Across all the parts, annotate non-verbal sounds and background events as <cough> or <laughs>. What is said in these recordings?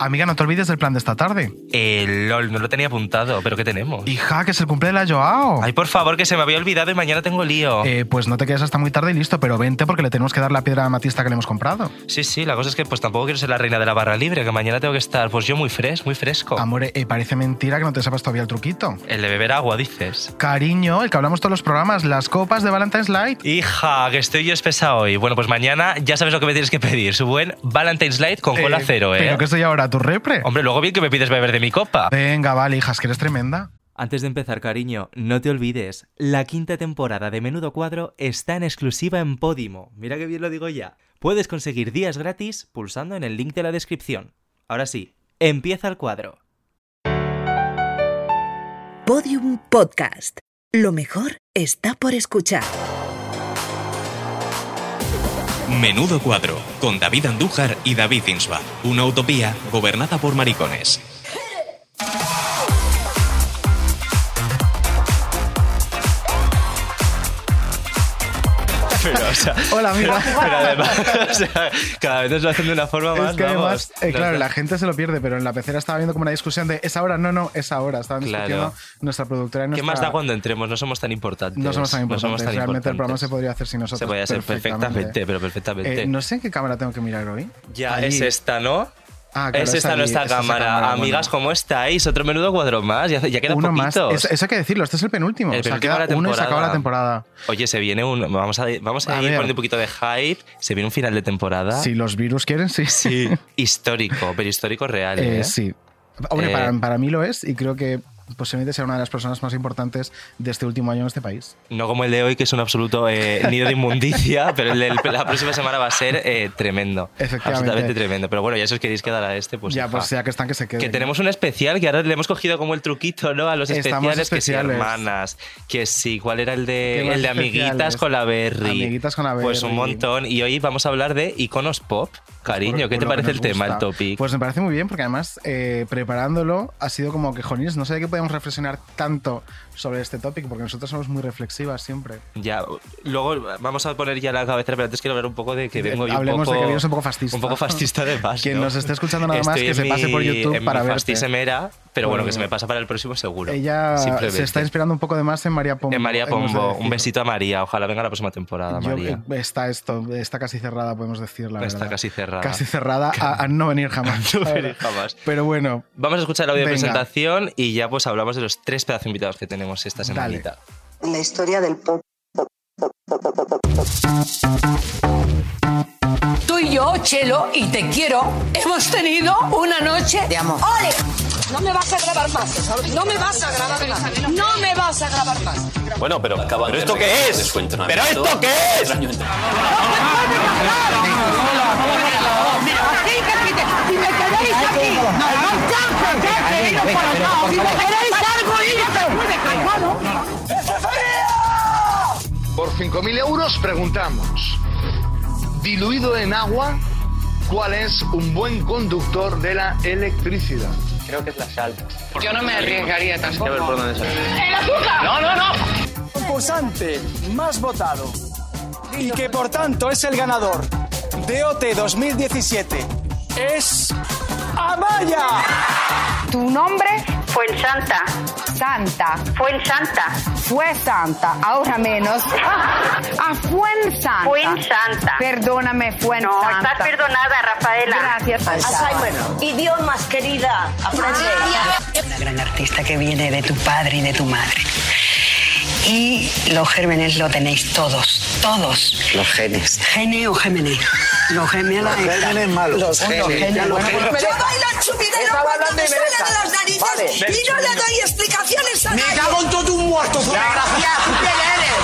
Amiga, no te olvides del plan de esta tarde. El LOL, no lo tenía apuntado, pero ¿qué tenemos? Hija, que es el cumple de la Joao. Ay, oh. por favor, que se me había olvidado y mañana tengo lío. Eh, pues no te quedes hasta muy tarde y listo, pero vente porque le tenemos que dar la piedra amatista que le hemos comprado. Sí, sí, la cosa es que pues tampoco quiero ser la reina de la barra libre, que mañana tengo que estar pues yo muy fres, muy fresco. Amore, eh, parece mentira que no te sepas todavía el truquito. El de beber agua, dices. Cariño, el que hablamos todos los programas, las copas de Valentine's Light. Hija, que estoy yo espesa hoy. Bueno, pues mañana ya sabes lo que me tienes que pedir. Su buen Valentine's Light con cola Eh, cero, ¿eh? Pero que estoy ahora tu repre. Hombre, luego bien que me pides beber de mi copa. Venga, vale, hijas, que eres tremenda. Antes de empezar, cariño, no te olvides, la quinta temporada de Menudo Cuadro está en exclusiva en Podimo. Mira que bien lo digo ya. Puedes conseguir días gratis pulsando en el link de la descripción. Ahora sí, empieza el cuadro. Podium Podcast. Lo mejor está por escuchar. Menudo cuadro, con David Andújar y David Insua. Una utopía gobernada por <laughs> maricones. Pero, o sea, Hola, amiga. pero además, o sea, cada vez nos lo hacen de una forma más. <laughs> Es que vamos, además, eh, nos claro, lo- la gente se lo pierde, pero en la pecera estaba viendo como una discusión de es ahora, no, no, es ahora. Estaban Claro. discutiendo nuestra productora y ¿Qué nuestra... más da cuando entremos? No somos tan importantes. No somos tan importantes. somos tan Realmente el programa importantes. se podría hacer sin nosotros. Se podía hacer perfectamente, pero perfectamente. Eh, no sé en qué cámara tengo que mirar hoy. Ya Allí. es esta, ¿no? Ah, claro, es es esta allí, nuestra es esa cámara. cámara, Amigas, ¿cómo estáis? Otro menudo cuadro más. Ya, ya quedan Uno más. poquitos. Eso, eso hay que decirlo, este es el penúltimo. El o sea, penúltimo queda de la uno y se acaba la temporada. Oye, se viene un. Vamos a, vamos a, A ir ver. poniendo un poquito de hype. Se viene un final de temporada. Si los virus quieren, sí. Sí. histórico, pero histórico real. Eh, ¿eh? sí. Hombre, Eh. para, para mí lo es y creo que posiblemente sea una de las personas más importantes de este último año en este país. No como el de hoy, que es un absoluto eh, nido de inmundicia, <laughs> pero el de la próxima semana va a ser eh, tremendo. Efectivamente. Absolutamente tremendo. Pero bueno, ya si os queréis quedar a este, pues. ya, hija. pues ya que están, que se queden. Que tenemos un especial que ahora le hemos cogido como el truquito, ¿no? A los Estamos especiales, que si especiales. hermanas, que sí, ¿cuál era el ¿Qué de, más el de especiales? amiguitas con la Berry? Amiguitas con la Pues Berry. un montón. Y hoy vamos a hablar de iconos pop. Cariño, Por- ¿qué por te lo parece que el nos tema, el gusta. topic? Pues me parece muy bien porque además eh, preparándolo ha sido como que, jolines, no sé de qué podemos reflexionar tanto sobre este tópico porque nosotros somos muy reflexivas siempre. Ya, luego vamos a poner ya la cabecera, pero antes quiero hablar un poco de que De- vengo yo un hablemos de poco... que vienes un poco fascista. Un poco fascista de paz, <laughs> Quien ¿no? nos esté escuchando nada más, Estoy que en se pase por mi- YouTube en para mi verte. fastisemera, pero bueno, Bueno. que se me pasa para el próximo seguro. Ella se Simplemente. está inspirando un poco de más en María Pombo. En María hemos de Pombo, decir. un besito a María. Ojalá venga la próxima temporada, Yo- eh, María. está esto, está casi cerrada, podemos decir la Está verdad. casi cerrada. Casi cerrada a, a no venir <laughs> jamás. No la veré <laughs> verdad. jamás. Pero bueno, Vamos a escuchar el audio de Venga. presentación y ya pues hablamos de los tres pedazos invitados que tenemos esta Dale. semanita. la historia del pop. Tú y yo, Chelo, y te quiero, hemos tenido una noche de amor. ¡Ole! No me vas a grabar más. No me vas a grabar más. No me vas a grabar más. Bueno, pero, ¿pero esto qué es? ¿Pero esto qué es? Así que si, te, si me queréis aquí, no, no, para acá. Si me queréis algo, iros de Por 5.000 euros preguntamos, diluido en agua, ¿cuál es un buen conductor de la electricidad? Yo no me arriesgaría tampoco. concursante más votado y que por tanto es el ganador de OT 2017 es Amaya. Tu nombre fue el Santa. Santa. Fue el Santa. Fue Santa. Ahora menos. <laughs> Ah, fue en Santa. Fue en Santa. Perdóname, fue en Santa. No, estás perdonada, Rafaela. Gracias, Y Dios más querida, Una gran artista que viene de tu padre y de tu madre. Y los gérmenes lo tenéis todos, todos. Los genes. Gene o Gémenes. Los gemelos. Los gérmenes malos. Los genes. Los genes. Yo bailo el chupidero cuando me sale de las narices y no le doy explicaciones a nadie. Me cago en todo un muerto, desgraciado. ¿Tú quién eres?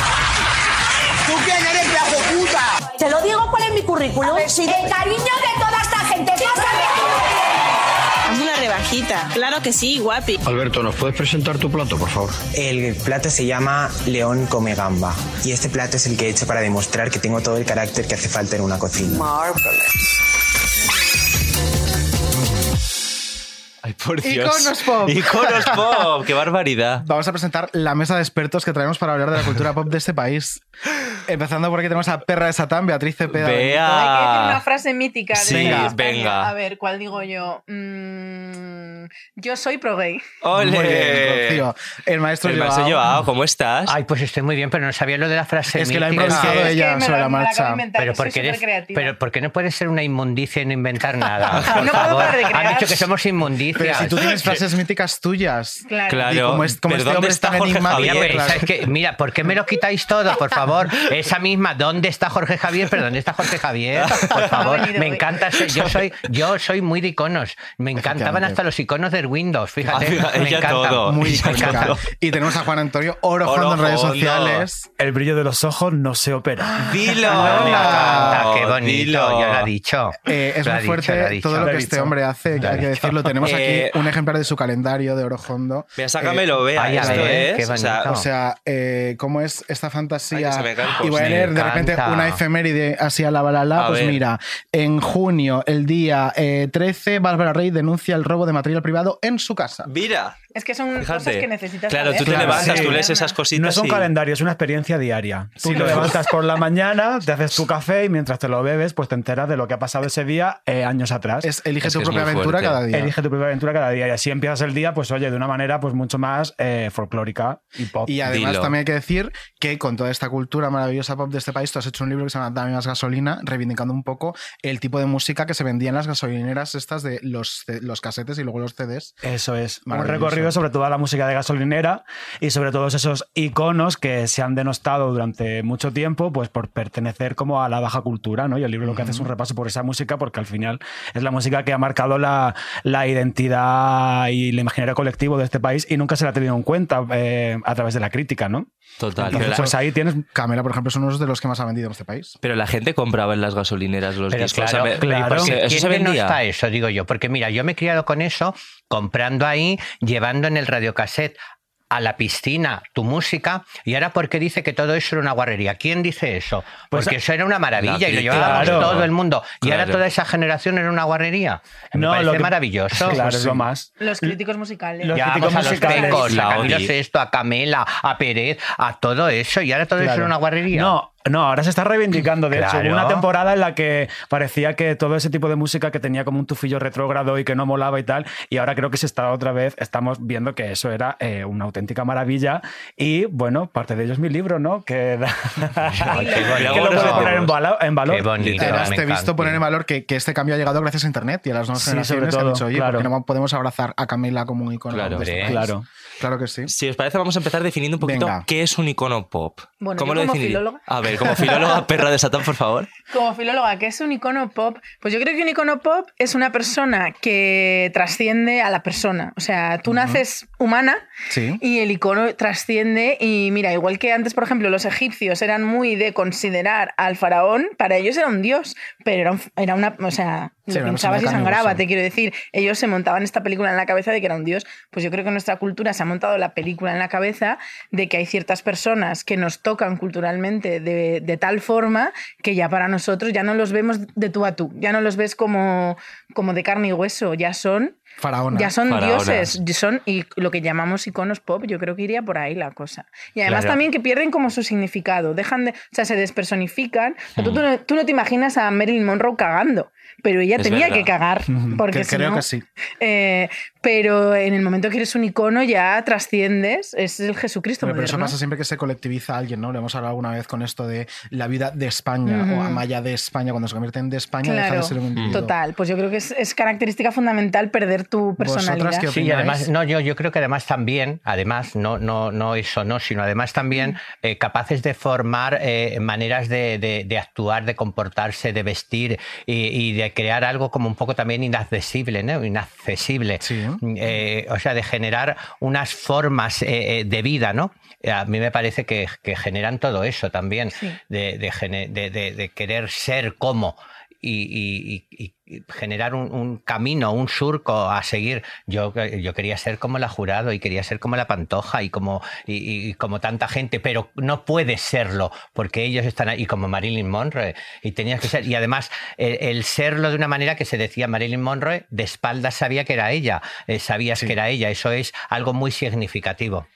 ¿Tú quién eres, pedazo puta? Te lo digo cuál es mi currículum. el cariño de toda esta gente. Hazme una rebajita. Claro que sí, guapi. Alberto, ¿nos puedes presentar tu plato, por favor? El plato se llama León come gamba y este plato es el que he hecho para demostrar que tengo todo el carácter que hace falta en una cocina. Ay, Por Dios. Iconos pop. Iconos pop. Qué <laughs> barbaridad. Vamos a presentar la mesa de expertos que traemos para hablar de la cultura pop de este país. Empezando por aquí tenemos a Perra de Satán, Beatriz Cepeda. Bea. Hay que decir una frase mítica. de Ah, Sí, España. venga. A ver, ¿cuál digo yo? Mm, yo soy pro gay. ¡Ole! Muy bien, Rocío. El maestro El maestro Joao. Joao, ¿cómo estás? Ay, pues estoy muy bien, pero no sabía lo de la frase. Es que la ha mítica. improvisado ella me sobre la- me la la acabo de marcha. inventar, Pero soy porque supercreativa. pero ¿por qué no puedes ser una inmundicia y no inventar nada? Por Ah, No puedo favor. parar de crear. Han dicho que somos <laughs> inmundicias. Pero si tú tienes frases míticas tuyas. Claro. Claro. Y como, es, como ¿Pero este dónde hombre está está tan Jorge enigmático. Javier, claro. ¿sabes qué? Mira, ¿por qué me lo quitáis todo? Por favor, esa misma, ¿dónde está Jorge Javier? Pero ¿dónde está Jorge Javier? Por Ha favor, venido me hoy. encanta ese- yo soy yo soy muy de iconos. Me encantaban hasta los iconos del Windows, fíjate, Ah, fíjate, me ella encanta. todo, <laughs> Muy Me icónica. encanta. Y tenemos a Juan Antonio Oro Oro Fondo en redes Fondo. sociales. El brillo de los ojos no se opera. Dilo. Ah, Me encanta, qué bonito, Dilo. ya lo ha dicho. Eh, es Lo ha muy dicho, lo ha fuerte dicho. todo lo que este hombre hace, Lo ha hay que dicho. decirlo. Tenemos aquí Eh, un ejemplar de su calendario de Oro Eh, Fondo. Mira, sácamelo, Bea. Eh, ay, a Esto ver, es. qué o sea, bonito. O sea, eh, ¿cómo es esta fantasía? Ay, que se me cae el y voy a post. leer Me de repente encanta. una efeméride así a la balala. A pues ver. mira, en junio, el día eh, 13, Bárbara Rey denuncia el robo de material privado en su casa. mira. Es que son cosas Fíjate. que necesitas Claro, saber. tú te Claro, levantas, sí. tú lees esas cositas. No es un y- calendario, es una experiencia diaria. Tú Sí, te lo es. levantas por <laughs> la mañana, te haces tu café y mientras te lo bebes, pues te enteras de lo que ha pasado ese día eh, años atrás. Es elige Es tu que es propia muy aventura fuerte. cada día. Elige tu propia aventura cada día y así empiezas el día, pues oye, de una manera pues mucho más eh, folclórica y pop. Y además Dilo. también hay que decir que con toda esta cultura maravillosa pop de este país, tú has hecho un libro que se llama Dame más gasolina, reivindicando un poco el tipo de música que se vendía en las gasolineras estas de los, de los casetes y luego los CDs. Eso es. Un Maravilloso. recorrido sobre toda la música de gasolinera y sobre todos esos iconos que eh, se han denostado durante mucho tiempo pues por pertenecer como a la baja cultura, ¿no? Y el libro lo que hace es un repaso por esa música porque al final es la música que ha marcado la, la identidad y el imaginario colectivo de este país y nunca se la ha tenido en cuenta eh, a través de la crítica, ¿no? Total. Entonces, Pero pues la, ahí tienes... Camela, por ejemplo, es uno de los que más ha vendido en este país. pero la gente compraba en las gasolineras los Pues Pero discos. claro, o sea, me- claro. porque Sí, Eso ¿Quién se que no vendía. está eso, digo yo? Porque mira, yo me he criado con eso, comprando ahí, llevando en el radiocassette a la piscina tu música y ahora porque dice que todo eso era una guarrería. ¿Quién dice eso? Pues, Porque eso era una maravilla y lo crítica, llevábamos claro. todo el mundo. Y ahora Claro. toda esa generación era una guarrería. Me No, parece lo que- maravilloso. <laughs> Claro, Pues es lo sí. más. Los críticos musicales. Los Ya críticos vamos a los musicales. pecos, La a Camilo Oli. Sesto, a Camela, a Pérez, a todo eso. Y ahora todo eso Claro. era una guarrería. No, no, ahora se está reivindicando. De hecho, Claro. hubo una temporada en la que parecía que todo ese tipo de música que tenía como un tufillo retrógrado y que no molaba y tal, y ahora creo que se está otra vez, estamos viendo que eso era eh, una auténtica maravilla. Y bueno, parte de ello es mi libro, ¿no? Que, Ay, qué bonito. que lo puede poner en, valo- <laughs> en valor. Qué bonito. Además, me te he visto encanta. poner en valor que, que este cambio ha llegado gracias a Internet y a las nuevas Sí, generaciones sobre que han todo, dicho, oye, claro. ¿por qué no podemos abrazar a Camila como un icono? Claro, de este hombre, país? claro. Claro que sí. Si os parece, vamos a empezar definiendo un poquito Venga. qué es un icono pop. Bueno, ¿Cómo yo lo como definiría? filóloga- A ver, como filóloga <laughs> perra de Satán, por favor. Como filóloga, ¿qué es un icono pop? Pues yo creo que un icono pop es una persona que trasciende a la persona. O sea, tú naces humana Sí. y el icono trasciende. Y mira, igual que antes, por ejemplo, los egipcios eran muy de considerar al faraón, para ellos era un dios, pero era, un- era una. O sea, Sí, lo era una pensabas y persona sangraba, carne y hueso. te quiero decir. Ellos se montaban esta película en la cabeza de que era un dios. Pues yo creo que nuestra cultura se ha montado la película en la cabeza de que hay ciertas personas que nos tocan culturalmente de, de tal forma que ya para nosotros ya no los vemos de tú a tú, ya no los ves como, como de carne y hueso, ya son Faraona. ya son Faraonas. dioses, son y lo que llamamos iconos pop, yo creo que iría por ahí la cosa. Y además Claro. también que pierden como su significado, dejan de, o sea, se despersonifican. O Mm. sea, tú, tú no, tú no te imaginas a Marilyn Monroe cagando, pero ella Es tenía verdad. que <laughs> cagar, porque Que si creo no, que sí. eh, pero en el momento que eres un icono ya trasciendes, es el Jesucristo Pero, pero eso moderno. pasa siempre que se colectiviza a alguien, ¿no? Lo hemos hablado alguna vez con esto de la vida de España Ujú. o Amaya de España. Cuando se convierte en de España, deja de Claro, ser un individuo. total. Pues yo creo que es, es característica fundamental perder tu ¿Vosotras personalidad. qué Sí, y además, opináis? no, yo, yo creo que además también, además, no, no, no eso no, sino además también eh, capaces de formar eh, maneras de, de- de actuar, de comportarse, de vestir y, y de crear algo como un poco también inaccesible, ¿no? Inaccesible. Sí. Eh, o sea, de generar unas formas eh, eh, de vida, ¿no? Eh, A mí me parece que, que generan todo eso también, Sí. de, de gene- de- de- de querer ser como. y, y- y generar un, un camino, un surco a seguir. Yo, yo quería ser como la jurado y quería ser como la pantoja y como, y, y como tanta gente, pero no puedes serlo porque ellos están ahí, y como Marilyn Monroe. Y tenías que ser, y además el, el serlo de una manera que se decía Marilyn Monroe, de espaldas sabía que era ella, eh, sabías que era ella. Eso es algo muy significativo.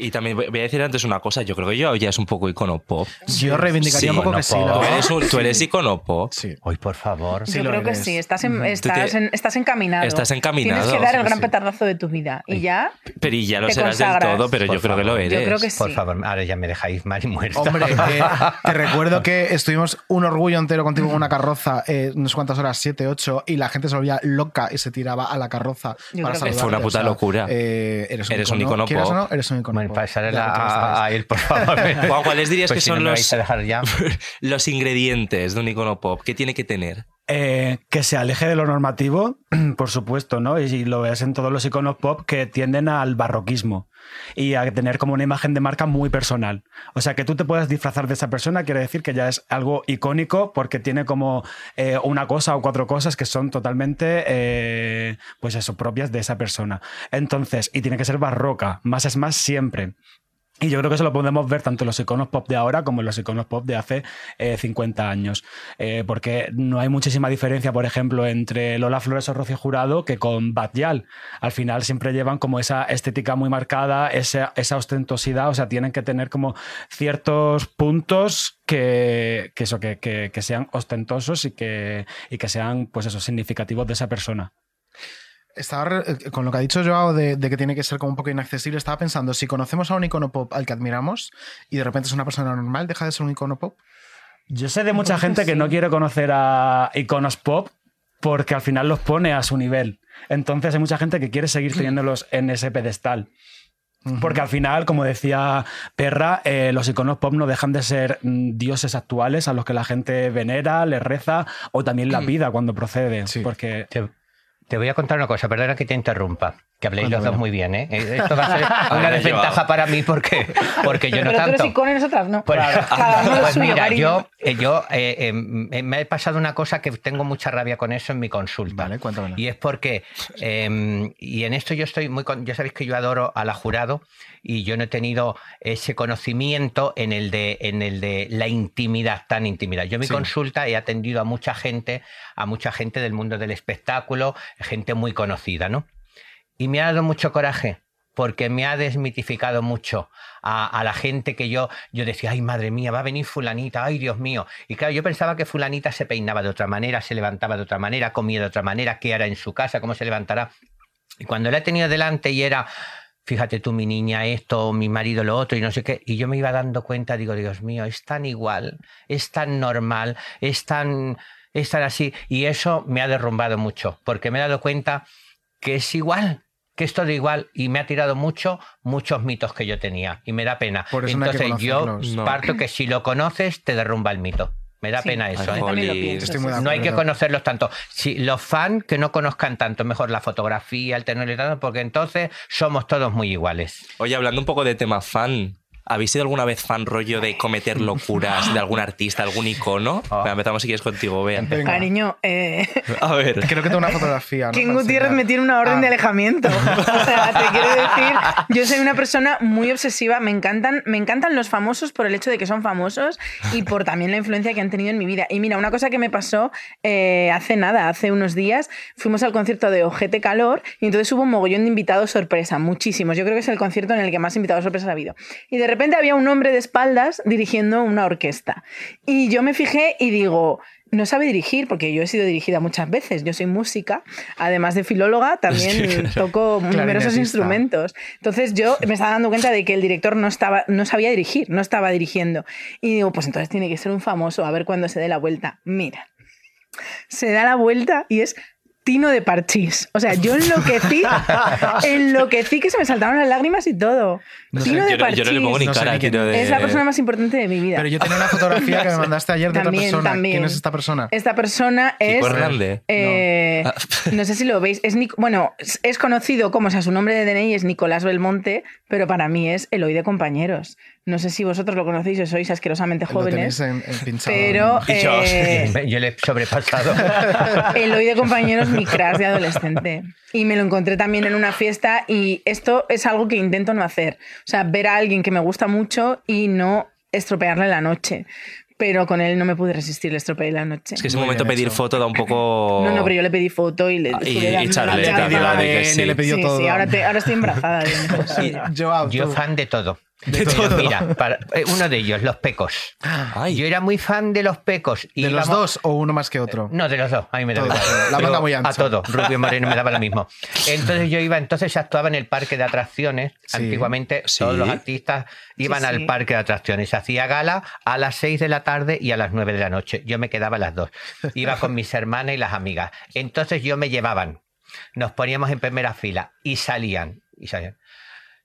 Y también voy voy a decir antes una cosa, yo creo que yo ya es un poco icono pop. Yo reivindicaría un poco que sí, la Tú verdad. eres, un- tú eres Sí. icono pop. Sí. Hoy, por favor. Yo creo que sí, estás, en- Ujú. estás, Tú te- en- estás encaminado. Estás encaminado, Tienes que dar el sí, gran sí. petardazo de tu vida. Y ya, Pero y ya lo Te serás del consagras. todo, pero yo Por creo que lo favor. eres. Yo creo que sí. Por favor, ahora ya me dejáis mal y muerta. Hombre, eh, te recuerdo que estuvimos un orgullo entero contigo en una carroza, eh, no sé cuántas horas, siete, ocho, y la gente se volvía loca y se tiraba a la carroza Yo creo para que saludarte. sí. Fue una puta o sea, locura. eh, eres un Eres un icono, icono quieras o pop. no, eres un <laughs> icono Bueno, pop. pasar Ya a, lo tenemos a- a él, por favor. Juan, ¿cuáles dirías Pues que si son no me los, vais a dejar ya. <laughs> los ingredientes de un icono pop? ¿Qué tiene que tener? Eh, que se aleje de lo normativo, <clears throat> por supuesto, ¿no? Y, y lo ves en todos los iconos pop que tienden al barroquismo y a tener como una imagen de marca muy personal. O sea, que tú te puedas disfrazar de esa persona quiere decir que ya es algo icónico porque tiene como eh, una cosa o cuatro cosas que son totalmente, eh, pues eso, propias de esa persona. Entonces, y tiene que ser barroca, más es más siempre. Y yo creo que eso lo podemos ver tanto en los iconos pop de ahora como en los iconos pop de hace eh, 50 años. Eh, porque no hay muchísima diferencia, por ejemplo, entre Lola Flores o Rocío Jurado que con Batial. Al final siempre llevan como esa estética muy marcada, esa, esa ostentosidad. O sea, tienen que tener como ciertos puntos que, que eso, que, que- que sean ostentosos y que, y que sean, pues eso, significativos de esa persona. Estaba re- eh, con lo que ha dicho Joao de, de que tiene que ser como un poco inaccesible. Estaba pensando, si conocemos a un icono pop al que admiramos y de repente es una persona normal, deja de ser un icono pop. Yo sé de mucha gente que no quiere conocer a iconos pop porque al final los pone a su nivel. Entonces hay mucha gente que quiere seguir teniéndolos en ese pedestal. Porque al final, como decía Perra, eh, los iconos pop no dejan de ser mm, dioses actuales a los que la gente venera, les reza o también la pida cuando procede. Porque Te voy a contar una cosa, perdona que te interrumpa, que habléis Cuando los dos menos. muy bien, ¿eh? Eh, Esto va <laughs> a ser Ahora, una Joao. desventaja para mí porque, porque yo no pero tú eres tanto. icono y nosotras no. Cada uno lo Pues suyo, mira, cariño. yo, eh, yo eh, eh, me me ha pasado una cosa que tengo mucha rabia con eso en mi consulta. Y es porque, eh, y en esto yo estoy muy, con- ya sabéis que yo adoro a la jurado y yo no he tenido ese conocimiento en el de, en el de la intimidad, tan intimidad. Yo en mi Sí. consulta he atendido a mucha gente, a mucha gente del mundo del espectáculo, gente muy conocida, ¿no? y me ha dado mucho coraje porque me ha desmitificado mucho a, a la gente que yo, yo decía, ay madre mía, va a venir fulanita, ay Dios mío. Y claro, yo pensaba que fulanita se peinaba de otra manera, se levantaba de otra manera, comía de otra manera, qué hará en su casa, cómo se levantará. Y cuando la he tenido delante y era, fíjate tú, mi niña esto, mi marido lo otro y no sé qué, y yo me iba dando cuenta, digo, Dios mío, es tan igual, es tan normal, es tan, es tan así. Y eso me ha derrumbado mucho, porque me he dado cuenta que es igual, que es todo igual, y me ha tirado mucho, muchos mitos que yo tenía, y me da pena. Por eso no hay que Entonces yo <laughs> conocerlos. No. parto que si lo conoces, te derrumba el mito. Me da Sí. pena eso. Ay, ¿eh? jolín. Estoy muy de no hay que acuerdo. conocerlos tanto. Si los fans que no conozcan tanto, mejor la fotografía, el tenor y tal, porque entonces somos todos muy iguales. Oye, hablando un poco de tema fan, ¿habéis sido alguna vez fan rollo de cometer locuras de algún artista, algún icono? Ah. Venga, empezamos si quieres contigo, Bea. Cariño, eh, A ver. Creo que tengo una fotografía. ¿no? King Para Gutiérrez enseñar. Ah, me tiene una orden de alejamiento. O sea, te quiero decir, yo soy una persona muy obsesiva. Me encantan, me encantan los famosos por el hecho de que son famosos y por también la influencia que han tenido en mi vida. Y mira, una cosa que me pasó eh, hace nada, hace unos días, fuimos al concierto de Ojete Calor y entonces hubo un mogollón de invitados sorpresa, muchísimos. Yo creo que es el concierto en el que más invitados sorpresa ha habido. Y de repente había un hombre de espaldas dirigiendo una orquesta. Y yo me fijé y digo, no sabe dirigir, porque yo he sido dirigida muchas veces. Yo soy música, además de filóloga, <laughs> también toco numerosos Clarinetista. instrumentos. Entonces yo me estaba dando cuenta de que el director no, estaba, no sabía dirigir, no estaba dirigiendo. Y digo, pues entonces tiene que ser un famoso, a ver cuándo se dé la vuelta. Mira, se da la vuelta y es Tino de Parchís. O sea, yo <laughs> enloquecí, enloquecí que se me saltaron las lágrimas y todo. No sé, Tino de yo no- Parchís. yo no le pongo ni No sé cara ni a quién Tino de... Es la persona más importante de mi vida. Pero yo tenía una fotografía que me mandaste ayer de <laughs> También, otra persona. también. ¿Quién es esta persona? Esta persona es. Hernández. eh, Ah. no. sé si lo veis. Es Nic- bueno, es- es conocido como, o sea, su nombre de DNI es Nicolás Belmonte, pero para mí es Eloy de Compañeros. No sé si vosotros lo conocéis o sois asquerosamente Lo tenéis jóvenes. en, en pinchado. ¿eh? Pero, Y yo- eh, <laughs> Yo le he <laughs> sobrepasado. El oído de compañeros mi crash de adolescente. Y me lo encontré también en una fiesta y esto es algo que intento no hacer. O sea, ver a alguien que me gusta mucho y no estropearle la noche. Pero con él no me pude resistir, le estropeé la noche. Es que ese momento pedir foto da un poco. No, no, pero yo le pedí foto y le Ah, y- estuve y dando Charlotte, la la verdad chapa. que sí. le pidió sí, todo. Sí, ahora, <laughs> te- ahora estoy embarazada. de mi hijo, sí. Yo, fan de todo. De Pero todo. Mira, para- eh, uno de ellos, los pecos. Yo era muy fan de los pecos. Y ¿De los íbamos- dos o uno más que otro? No, de los dos. A mí me daba Todos. igual. La Pero banda muy ancha. A todo. Rubio Moreno me daba lo <laughs> mismo. Entonces yo iba, entonces actuaba en el parque de atracciones. Antiguamente todos los artistas iban Sí, sí. al parque de atracciones. Hacía gala a las 6 de la tarde y a las 9 de la noche. Yo me quedaba a las 2. Iba con mis hermanas y las amigas. Entonces yo me llevaban. Nos poníamos en primera fila y salían. Y salían.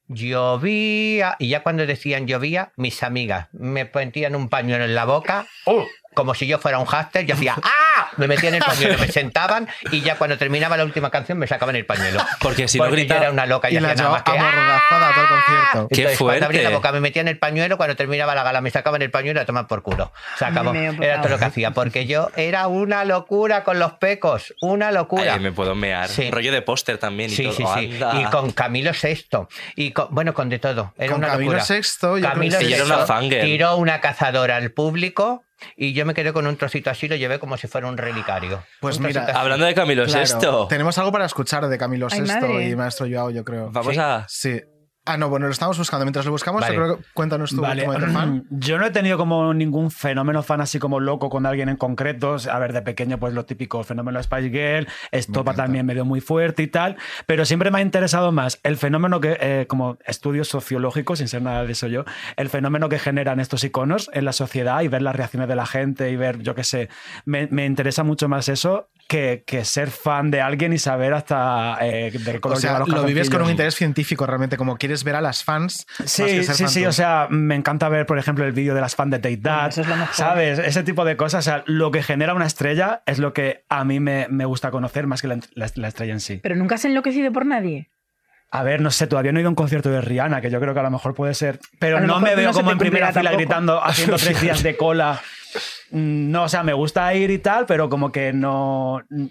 Llovía. Y ya cuando decían llovía, mis amigas me ponían un pañuelo en la boca, ¡uh! como si yo fuera un háster. Yo hacía ¡ah! Me metían el pañuelo, me sentaban y ya cuando terminaba la última canción me sacaban el pañuelo. Porque si no yo grita- era una loca y, Y la hacía nada más que llevaba ¡ah! Abordazada todo el concierto. Qué Entonces, cuando abría fuerte. la boca me metían el pañuelo, cuando terminaba la gala me sacaban el pañuelo y a tomar por culo. Se acabó. Dios mío, por Era todo lo favor. que hacía, porque yo era una locura con los pecos, una locura. Ay, me puedo mear. Sí. Rollo de póster también y Sí, todo. sí, sí. Anda. Y con Camilo VI. Y con- bueno, con de todo. Era Con una Camilo locura. VI, yo creo Camilo que sí. VI Ella era una fangirl. tiró una cazadora al público y yo me quedé con un trocito así, lo llevé como si fuera un relicario. Pues Un mira, trocito así. Hablando de Camilo Claro, VI. Tenemos algo para escuchar de Camilo Ay, VI madre. y Maestro Joao, yo creo. Vamos ¿Sí? a- Sí. Ah, no, bueno, lo estamos buscando. Mientras lo buscamos, Vale. yo creo que cuéntanos tú. Vale. tu momento fan. Yo no he tenido como ningún fenómeno fan así como loco con alguien en concreto. A ver, de pequeño, pues lo típico, fenómeno Spice Girl, Estopa también me dio muy fuerte y tal. Pero siempre me ha interesado más el fenómeno que, eh, como estudios sociológicos, sin ser nada de eso yo, el fenómeno que generan estos iconos en la sociedad y ver las reacciones de la gente y ver, yo qué sé, me, me interesa mucho más eso que, que ser fan de alguien y saber hasta eh, de qué color O sea, llevan los lo vives con un calzoncillos. interés científico realmente, como quieres ver a las fans. más Sí, que ser sí, fan sí. tú. O sea, me encanta ver, por ejemplo, el vídeo de las fans de Take That. ¿Sabes? Ese tipo de cosas. O sea, lo que genera una estrella es lo que a mí me, me gusta conocer más que la, la- la estrella en sí. Pero nunca has enloquecido por nadie. A ver, no sé, todavía no he ido a un concierto de Rihanna, que yo creo que a lo mejor puede ser. Pero A lo no mejor me veo no se como te en primera cumplirá fila tampoco. <laughs> gritando, haciendo tres días de cola. Mm, No, o sea, me gusta ir y tal, pero como que no. mm,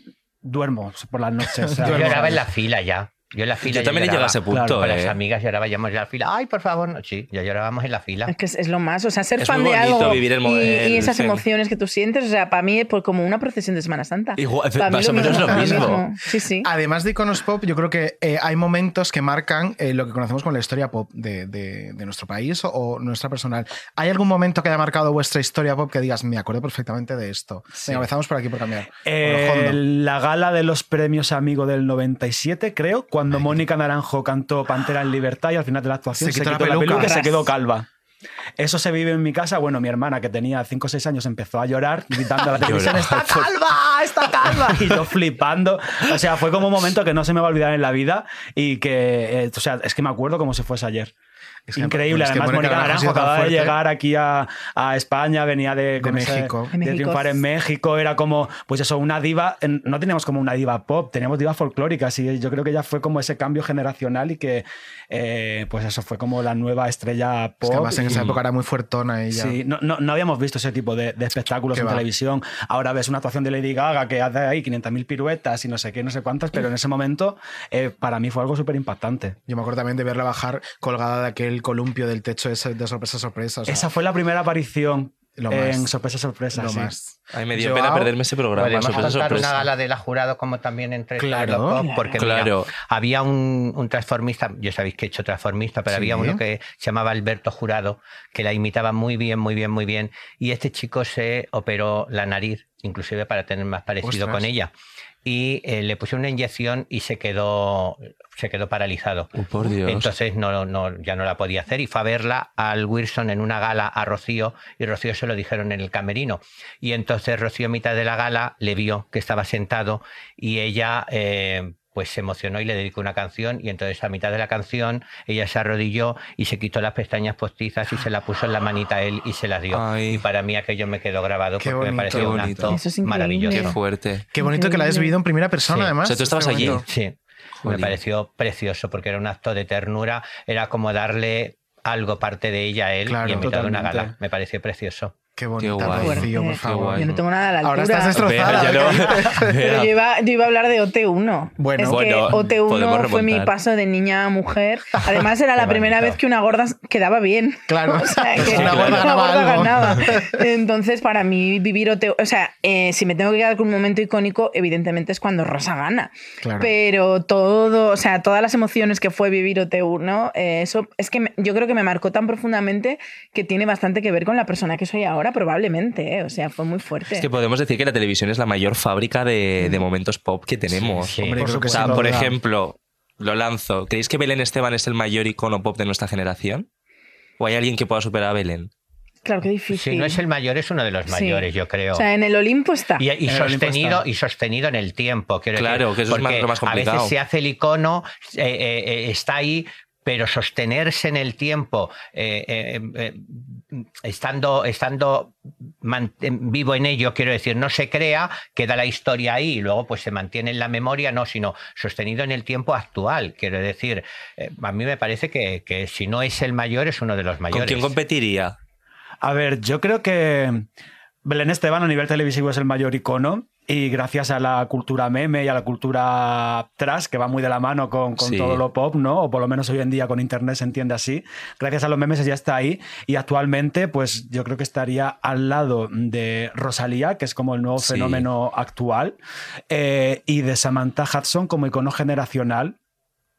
Duermo por las noches. o sea, Yo no- lloraba en la fila ya. Yo en la fila Yo también he lloraba. llegado a ese punto, Claro, con eh. las amigas llorábamos en la fila. Ay, por favor, no. Sí, ya llorábamos en la fila. Es que es, es lo más, o sea, ser Es fan muy de bonito algo vivir el y- mo- y, el esas sen. emociones que tú sientes, o sea, para mí es por- como una procesión de Semana Santa. Igual, Para mí más o menos lo mismo. Sí, sí. Además de iconos pop, yo creo que eh, hay momentos que marcan eh, lo que conocemos como la historia pop de, de- de nuestro país o, o nuestra personal. ¿Hay algún momento que haya marcado vuestra historia pop que digas, me acuerdo perfectamente de esto? Venga, empezamos por aquí por cambiar. Eh, Por Hondo. la gala de los premios Amigo del 97, creo, cuando Mónica Naranjo cantó Pantera en Libertad y al final de la actuación Se se quitó quitó, la la peluca. peluca y se Ras. quedó calva. Eso se vive en mi casa. Bueno, mi hermana, que tenía 5 o 6 años, empezó a llorar gritando <laughs> a la televisión: Llorar. ¡Está calva! ¡Está calva! Y yo flipando. O sea, fue como un momento que no se me va a olvidar en la vida y que, eh, o sea, es que me acuerdo como si fuese ayer. Es que- Increíble. es que Además, Mónica Mónica Naranjo ha Naranjo sido tan acababa de fuerte. llegar aquí a, a España, venía de, con ese- México. de México. triunfar en México. Era como, pues eso, una diva. en- No teníamos como una diva pop, teníamos divas folclóricas. Y yo creo que ya fue como ese cambio generacional y que, eh, pues eso, fue como la nueva estrella pop. Es que además en y- esa época era muy fuertona ella. Sí, no, no, no habíamos visto ese tipo de, de espectáculos Qué en va. televisión. Ahora ves una actuación de Lady Gaga que hace ahí 500.000 piruetas y no sé qué, no sé cuántas, pero en ese momento eh, para mí fue algo súper impactante. Yo me acuerdo también de verla bajar colgada de aquel columpio del techo ese de sorpresa sorpresa. o sea, Esa fue la primera aparición Lo en más. Sorpresa Sorpresa. Lo sí. más. Ay, me dio pena perderme ese programa. Podemos sorpresa, contar sorpresa. una gala de la jurado como también entre Claro, todos los pop, claro. porque mira, Claro. había un, un transformista, yo sabéis que he hecho transformista, pero Sí. había uno que se llamaba Alberto Jurado, que la imitaba muy bien, muy bien, muy bien, y este chico se operó la nariz, inclusive para tener más parecido Ostras. con ella. Y eh, le pusieron una inyección y se quedó, se quedó paralizado. Uh, por Dios. Entonces no, no, ya no la podía hacer y fue a verla al Wilson en una gala a Rocío y Rocío se lo dijeron en el camerino. Y entonces Rocío a mitad de la gala le vio que estaba sentado y ella eh, pues se emocionó y le dedicó una canción y entonces a mitad de la canción ella se arrodilló y se quitó las pestañas postizas y se la puso en la manita a él y se las dio. Y para mí aquello me quedó grabado Qué porque me bonito. pareció un Qué bonito. acto Eso es increíble. maravilloso. Qué fuerte. Qué bonito que la hayas vivido en primera persona, Sí. además. Qué bonito. Sí. Me pareció precioso porque era un acto de ternura, era como darle algo parte de ella a él Claro, y en mitad de una totalmente. gala. Me pareció precioso. Qué bonita, Rocío, por favor. Yo no tengo nada a la Ahora altura. estás destrozada. <laughs> Vea, ya ¿qué dices? Pero yo iba, yo iba a hablar de OT1. Bueno. es que Bueno, podemos OT1 fue remontar. mi paso de niña a <laughs> mujer. Además, era la Qué primera bonito. vez que una gorda quedaba bien. Claro. <laughs> O sea, que Sí, una claro. gorda, Ganaba algo. ganaba. Entonces, para mí, vivir OT1. O sea, eh, si me tengo que quedar con un momento icónico, evidentemente es cuando Rosa gana. Claro. Pero todo, o sea, todas las emociones que fue vivir OT1, eh, eso es que me- yo creo que me marcó tan profundamente que tiene bastante que ver con la persona que soy ahora, probablemente. eh. O sea, fue muy fuerte. Es que podemos decir que la televisión es la mayor fábrica de, de momentos pop que tenemos. Sí, sí. Hombre, Por creo o que sea, sin por duda. ejemplo, lo lanzo. ¿Creéis que Belén Esteban es el mayor icono pop de nuestra generación? ¿O hay alguien que pueda superar a Belén? Claro, qué difícil. Si no es el mayor, es uno de los Sí. mayores, yo creo. O sea, en el Olimpo está. Y, y En el Olimpo sostenido, está. y sostenido en el tiempo. quiero Claro, decir, que eso es más- porque lo más A complicado. veces se hace el icono, eh, eh, eh, está ahí, pero sostenerse en el tiempo, eh, eh, eh, estando, estando man- en- vivo en ello, quiero decir, no se crea, queda la historia ahí y luego pues se mantiene en la memoria, no, sino sostenido en el tiempo actual. Quiero decir, eh, a mí me parece que, que si no es el mayor, es uno de los ¿Con mayores. quién competiría? A ver, yo creo que Belén Esteban a nivel televisivo es el mayor icono. Y gracias a la cultura meme y a la cultura trash, que va muy de la mano con, con Sí. todo lo pop, ¿no? O por lo menos hoy en día con internet se entiende así. Gracias a los memes ya está ahí. Y actualmente, pues yo creo que estaría al lado de Rosalía, que es como el nuevo Sí. fenómeno actual, eh, y de Samantha Hudson como icono generacional.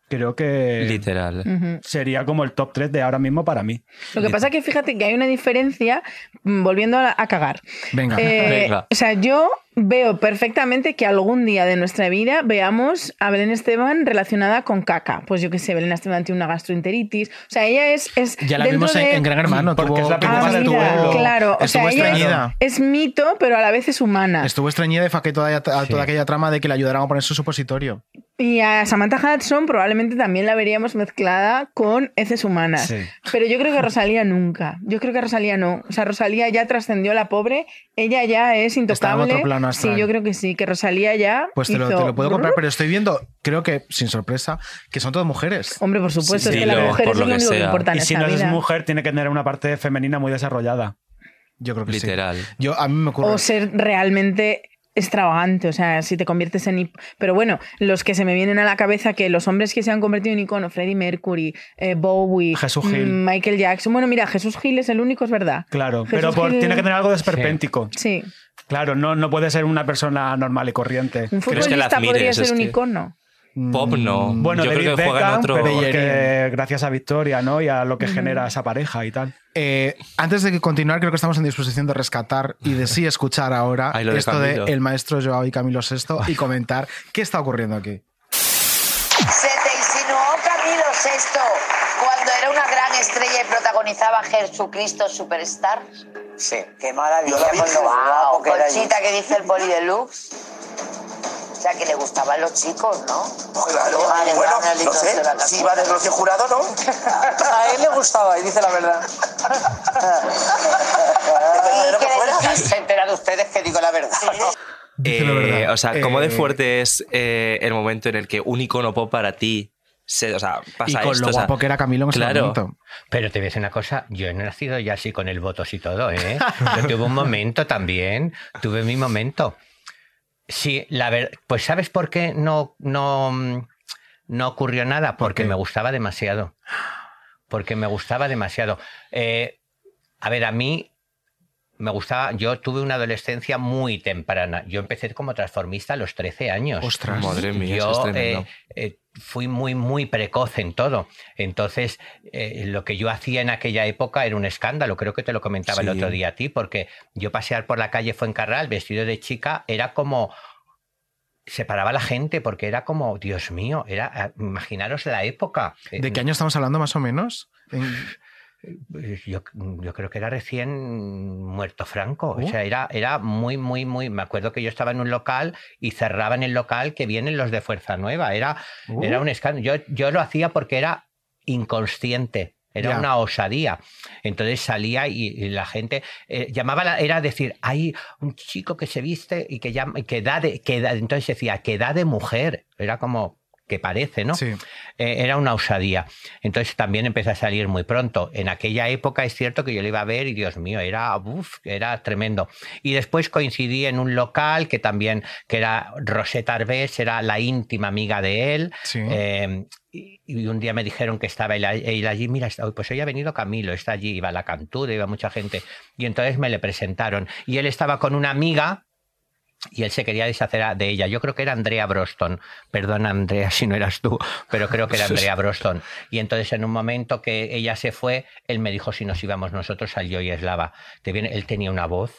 Creo que Literal. Ujú. sería como el top 3 de ahora mismo para mí. Lo que pasa es que fíjate que hay una diferencia, mm, volviendo a, la- a cagar. Venga. Eh, Venga. O sea, yo veo perfectamente que algún día de nuestra vida veamos a Belén Esteban relacionada con caca. Pues yo qué sé, Belén Esteban tiene una gastroenteritis. O sea, ella es... es Ya la dentro vimos en, de- en Gran Hermano. Porque tuvo- es la primera tuvo- Ah, vez que mira, estuvo- claro, o sea, estuvo ella Ah. estreñida. es, es mito, pero a la vez es humana. Estuvo estreñida y fue que toda, a toda aquella trama de que le ayudaran a poner su supositorio. Y a Samantha Hudson probablemente también la veríamos mezclada con heces humanas. Sí. Pero yo creo que Rosalía nunca. Yo creo que Rosalía no. O sea, Rosalía ya trascendió la pobre. Ella ya es Está en intocable. otro plano astral. sí, yo creo que sí. Que Rosalía ya. Pues te lo, hizo te lo puedo comprar, brrr. pero estoy viendo, creo que sin sorpresa, que son todas mujeres. Hombre, por supuesto, Sí, es que las lo- mujeres por es lo lo que único que sea. importa en Y si esta no es vida. mujer, tiene que tener una parte femenina muy desarrollada. Yo creo que Literal. sí. Yo, a mí me ocurre. O ser realmente extravagante, o sea, si te conviertes en... hip- Pero bueno, los que se me vienen a la cabeza que los hombres que se han convertido en icono, Freddie Mercury, eh, Bowie, Jesús Gil. mm, Michael Jackson, bueno, mira, Jesús Gil es el único, es verdad. Claro, Jesús pero por- Gil- tiene que tener algo desperpéntico. Sí, Claro, no, no puede ser una persona normal y corriente. un Pero es que la futbolista podría admires, ser es un que- icono. Pop no. Bueno, Yo David creo que juega en Beckham, otro. pero Bellerín. porque gracias a Victoria, ¿no? Y a lo que genera esa pareja y tal. Eh, antes de que continuar, creo que estamos en disposición de rescatar y de sí escuchar ahora Ay, lo de esto de Camilo. el maestro Joao y Camilo VI y comentar qué está ocurriendo aquí. Se te insinuó Camilo VI cuando era una gran estrella y protagonizaba Jesucristo Superstar. Sí. Qué maravilla. Yo la vi con los- guapo wow, que era Conchita que dice el poli deluxe. O sea, que le gustaban los chicos, ¿no? Pues Claro, Qué mal, bueno, el Daniel no Dicos sé, de la casa. si iba de socio jurado, ¿no? A él le gustaba, y dice la <laughs> verdad. lo que fuera. Se enteran ustedes que digo la verdad. Dice la Eh, verdad. o sea, ¿cómo Eh, de fuerte es eh, el momento en el que un icono pop para ti se, o sea, Y pasa con esto? lo o sea, guapo que era Camilo en ese claro. momento. Pero te ves una cosa, yo he nacido ya así con el votos y todo, ¿eh? Yo tuve un momento también, tuve mi momento. Sí, la verdad, pues ¿sabes por qué no, no, mm, no ocurrió nada? Porque me gustaba demasiado. Porque me gustaba demasiado. Eh, a ver, a mí me gustaba, yo tuve una adolescencia muy temprana. Yo empecé como transformista a los 13 años. Ostras. Madre mía, eso es Yo tremendo. eh, eh, fui muy, muy precoz en todo. Entonces, eh, lo que yo hacía en aquella época era un escándalo. Creo que te lo comentaba el Sí. otro día a ti, porque yo pasear por la calle Fuencarral vestido de chica era como. Separaba a la gente porque era como, Dios mío, era. ah, Imaginaros la época. ¿De Eh, qué año estamos hablando más o menos? En- eh, Yo, yo creo que era recién muerto Franco. O sea, era, era muy, muy, muy. Me acuerdo que yo estaba en un local y cerraban el local que vienen los de Fuerza Nueva. Era, Uh. era un escándalo. Yo, yo lo hacía porque era inconsciente. Era Ya. una osadía. Entonces salía y, y la gente eh, llamaba, la- era decir, hay un chico que se viste y que, llama, y que da de. Que da- entonces decía, que da de mujer. Era como, que parece, ¿no? Eh, era una osadía. Entonces también empecé a salir muy pronto. En aquella época es cierto que yo lo iba a ver y Dios mío, era, uf, era tremendo. Y después coincidí en un local que también, que era Rosetta Arbés, era la íntima amiga de él. Eh, y y un día me dijeron que estaba él, él allí, mira, está- pues hoy ha venido Camilo, está allí, iba la cantura, iba mucha gente. Y entonces me le presentaron. Y él estaba con una amiga y él se quería deshacer a- de ella. Yo creo que era Andrea Broston. Perdona, Andrea, <laughs> si no eras tú, pero creo <laughs> que era Andrea Broston. Y entonces, en un momento que ella se fue, él me dijo si nos íbamos nosotros al Yo y Eslava. Te viene- Él tenía una voz.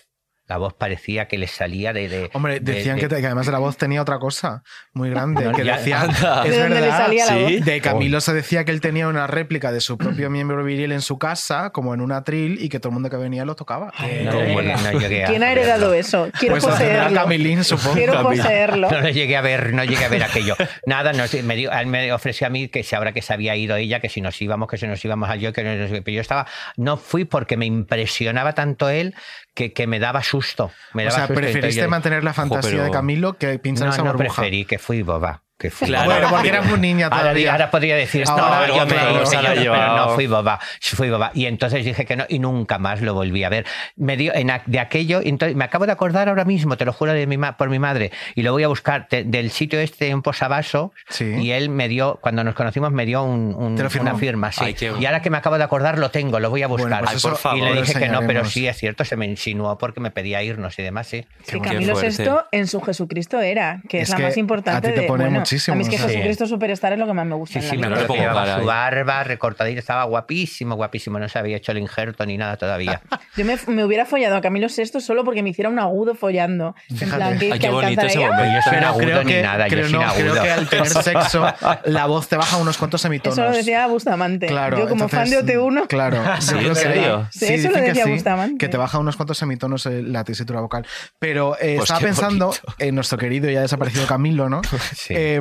La voz parecía que le salía de. de- Hombre, de- decían de- que, te- que además de la voz tenía otra cosa muy grande. No, que ya- decían, Anda. <laughs> Oh. es ¿De dónde le verdad, salía la ¿Sí? voz? de Camilo se decía que él tenía una réplica de <clears throat> su propio miembro viril en su casa, como en un atril, y que todo el mundo que venía lo tocaba. Eh, No, bueno, no llegué a- ¿Quién ha heredado eso? Quiero Pues poseerlo. tendrá Camilín, supongo. Quiero poseerlo. No, no llegué a ver, no llegué a ver aquello. <laughs> Nada, no sé, me, dio- él me ofreció a mí que si ahora que se había ido ella, que si nos íbamos, que si nos íbamos al yo, que no, no sé qué. pero yo estaba, no fui porque me impresionaba tanto él que, que me daba susto. Me o daba sea, susto. Entonces yo preferiste dije, mantener la "Jo, fantasía pero de Camilo que pinchar no, esa no burbuja. preferí, que fui boba. Que fui Claro. boba. Bueno, porque eras muy niña Ahora- todavía. Ahora, podría decir, Ahora, estaba yo claro, me claro. hice, ahora pero llevado. no fui boba, fui boba. Y entonces dije que no y nunca más lo volví a ver. Me dio en, ac- de aquello, entonces, me acabo de acordar ahora mismo, te lo juro de mi ma- por mi madre, y lo voy a buscar te- del sitio este en Posavasos y él me dio, cuando nos conocimos me dio un- un- ¿Te lo firmó? una firma, sí. Ay, qué bueno. Y ahora que me acabo de acordar lo tengo, lo voy a buscar. pues Ay, eso por y favor, le dije que no, pero enseñaremos. sí es cierto, se me insinuó porque me pedía irnos y demás, sí. Que Camilo VI en su Jesucristo era, que es, Es la que más importante. a ti te de- pone bueno, muchísimo, A mí es que ¿no? Sí. Jesucristo Superstar es lo que más me gusta. Sí, en la sí, me vida. acuerdo puedo que llevaba parar su ahí. barba recortadita, estaba guapísimo, guapísimo, no se había hecho el injerto ni nada todavía. Yo me, me hubiera follado a Camilo VI solo porque me hiciera un agudo follando. En plan, que, que alcanzara ahí, ¡ah! Yo sin Pero agudo creo ni que, nada, yo creo, sin no, agudo. creo que al <laughs> tener sexo la voz te baja unos cuantos semitonos. Eso lo decía Bustamante. Claro, Yo como entonces, fan de OT1. Claro, <laughs> yo creo que Sí, eso lo dicen que decía sí, Bustamante. Que te baja unos cuantos semitonos eh, la tesitura vocal. Pero eh, Pues estaba qué pensando en nuestro querido y ya desaparecido <laughs> Camilo, ¿no? Eh,